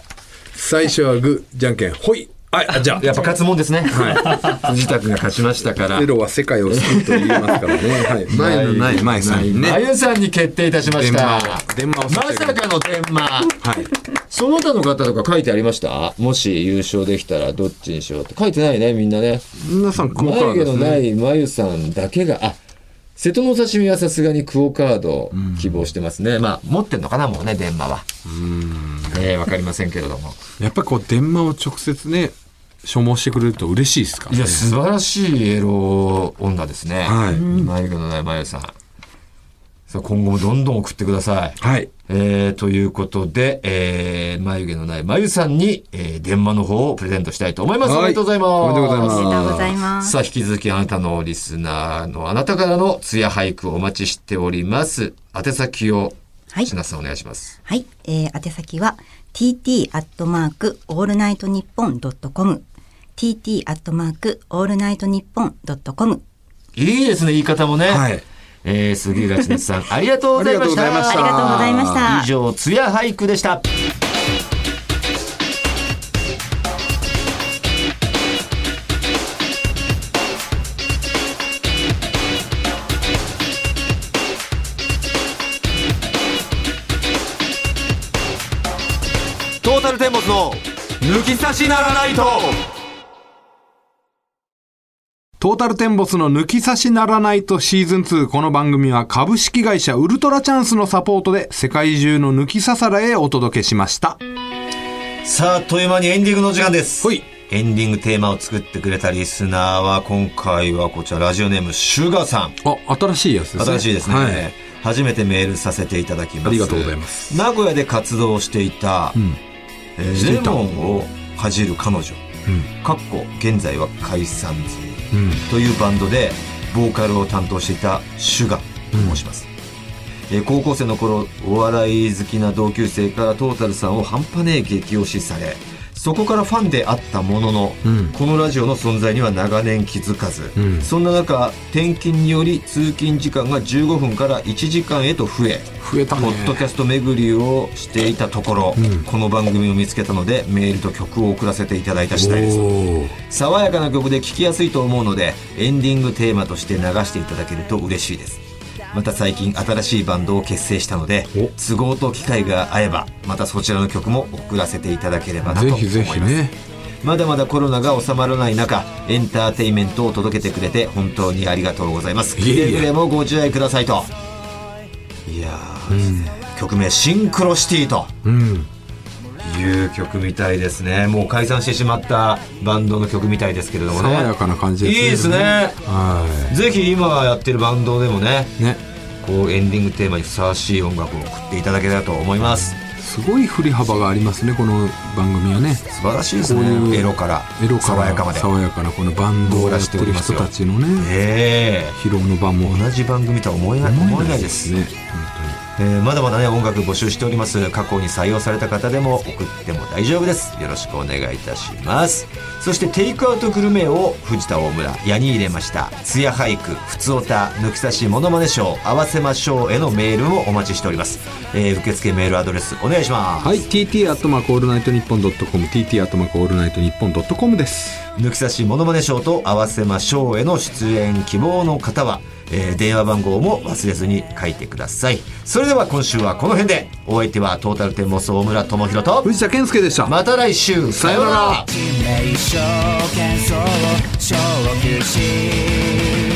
Speaker 2: 最初はグーじゃんけんほいはいあじゃあ
Speaker 1: やっぱ勝つもんですね。藤田君が勝ちましたから
Speaker 2: エ。ロは世界を救うと言います からね、はい、前のない前さんね
Speaker 1: あゆさんに決定いたしまし
Speaker 2: 電話
Speaker 1: た。
Speaker 2: を電話を
Speaker 1: ま
Speaker 2: させて
Speaker 1: さかの電話。
Speaker 2: はい
Speaker 1: その他の方とか書いてありましたもし優勝できたらどっちにしようって書いてないね、みんなね。
Speaker 2: 皆さんクオカー
Speaker 1: 眉
Speaker 2: ド
Speaker 1: 毛
Speaker 2: です
Speaker 1: のな
Speaker 2: ね
Speaker 1: いまゆさんだけが、あ、瀬戸のお刺身はさすがにクオカード希望してますね。まあ、持ってんのかな、もうね、電話は。ええわかりませんけれども。
Speaker 2: やっぱりこう電話を直接ね所望してくれると嬉しいですか
Speaker 1: いや、素晴らしいエロ女ですね。
Speaker 2: はい
Speaker 1: 眉毛のないまゆさん。さあ今後もどんどん送ってください。
Speaker 2: はい。
Speaker 1: えー、ということで、えー、眉毛のない眉さんに、えー、電話の方をプレゼントしたいと思います。
Speaker 2: はい
Speaker 1: おめでとうございます。
Speaker 2: おめでとうござい
Speaker 3: お
Speaker 2: ます
Speaker 3: めでとうございます。
Speaker 1: さあ、引き続きあなたのリスナーのあなたからのツヤ俳句お待ちしております。宛先を、
Speaker 3: はい
Speaker 1: しなさんお願いします。
Speaker 3: はい、えー、宛先は tt アットマークオールナイトニッポンドットコム tt アットマークオールナイトニッポンドットコム
Speaker 1: いいですね、言い方もね。
Speaker 2: はい。
Speaker 1: えー、杉浦千夏さん、 ありがとうご
Speaker 2: あ
Speaker 1: ざ
Speaker 2: り
Speaker 1: い
Speaker 2: が
Speaker 1: ま
Speaker 2: とう
Speaker 1: した。
Speaker 2: ございました。
Speaker 3: ありがとうございました
Speaker 1: 以上、ツヤ俳句でした。
Speaker 4: トータルテンボスの抜き差しならないと
Speaker 2: トータルテンボスの抜き差しならないとシーズン2この番組は株式会社ウルトラチャンスのサポートで世界中の抜き差さらへお届けしました。
Speaker 1: さあ、あっという間にエンディングの時間です。
Speaker 2: はい
Speaker 1: エンディングテーマを作ってくれたリスナーは、今回はこちら、ラジオネーム、シュガーさん。
Speaker 2: あ、新しいやつですね。
Speaker 1: 新しいですね、
Speaker 2: はい。
Speaker 1: 初めてメールさせていただきます
Speaker 2: ありがとうございます
Speaker 1: 名古屋で活動していた、えー
Speaker 2: してい
Speaker 1: レ
Speaker 2: た
Speaker 1: モンをかじる彼女、かっこ現在は解散済み、というバンドでボーカルを担当していたシュガと申します、えー高校生の頃お笑い好きな同級生からトータルさんを半端ねえ激推しされそこからファンであったものの、
Speaker 2: うん
Speaker 1: このラジオの存在には長年気づかず、
Speaker 2: うん
Speaker 1: そんな中転勤により通勤時間が15分から1時間へと増え
Speaker 2: 増えたね
Speaker 1: ポッドキャスト巡りをしていたところ、
Speaker 2: ん
Speaker 1: この番組を見つけたのでメールと曲を送らせていただいた次第です
Speaker 2: おー
Speaker 1: 爽やかな曲で聴きやすいと思うのでエンディングテーマとして流していただけると嬉しいですまた最近新しいバンドを結成したので
Speaker 2: お
Speaker 1: 都合と機会が合えばまたそちらの曲も送らせていただければなと
Speaker 2: ぜ
Speaker 1: 思い
Speaker 2: ひ
Speaker 1: ます
Speaker 2: ぜひね。
Speaker 1: まだまだコロナが収まらない中エンターテインメントを届けてくれて本当にありがとうございますく
Speaker 2: いえいえ
Speaker 1: れぐれもご自愛くださいといやー、曲名「シンクロシティ」と
Speaker 2: うん。
Speaker 1: いう曲みたいですねもう解散してしまったバンドの曲みたいですけれどもね
Speaker 2: 爽やかな感じですね。
Speaker 1: いいですね
Speaker 2: は
Speaker 1: ぜひ今やってるバンドでもね
Speaker 2: い。ね。
Speaker 1: こうエンディングテーマにふさわしい音楽を送っていただけたらと思います
Speaker 2: すごい振り幅がありますね、この番組はね。
Speaker 1: 素晴らしいですね
Speaker 2: こういう
Speaker 1: エロから
Speaker 2: エロから
Speaker 1: 爽やかまで
Speaker 2: 爽やかなこのバンドをやってる人たちのね、
Speaker 1: ええ
Speaker 2: 疲労の場も
Speaker 1: 同じ番組とは思えない思えないです
Speaker 2: ね。
Speaker 1: えーまだまだね音楽募集しております過去に採用された方でも送っても大丈夫ですよろしくお願いいたしますそしてテイクアウトグルメを藤田大村矢に入れました「つや俳句ふつおた抜き差しものまねショー合わせましょう」へのメールをお待ちしております、えー受付メールアドレスお願いします、
Speaker 2: はい、TT アットマークオールナイトニッポンドットコム、TT アットマークオールナイトニッポンドットコムです。
Speaker 1: 抜き差しものまねショーと合わせましょうへの出演希望の方は、えー電話番号も忘れずに書いてくださいそれでは今週はこの辺でお相手はトータルテンボス大村智広と
Speaker 2: 藤田健介でした。
Speaker 1: また来週さようなら
Speaker 5: 一名一生喧騒を消去し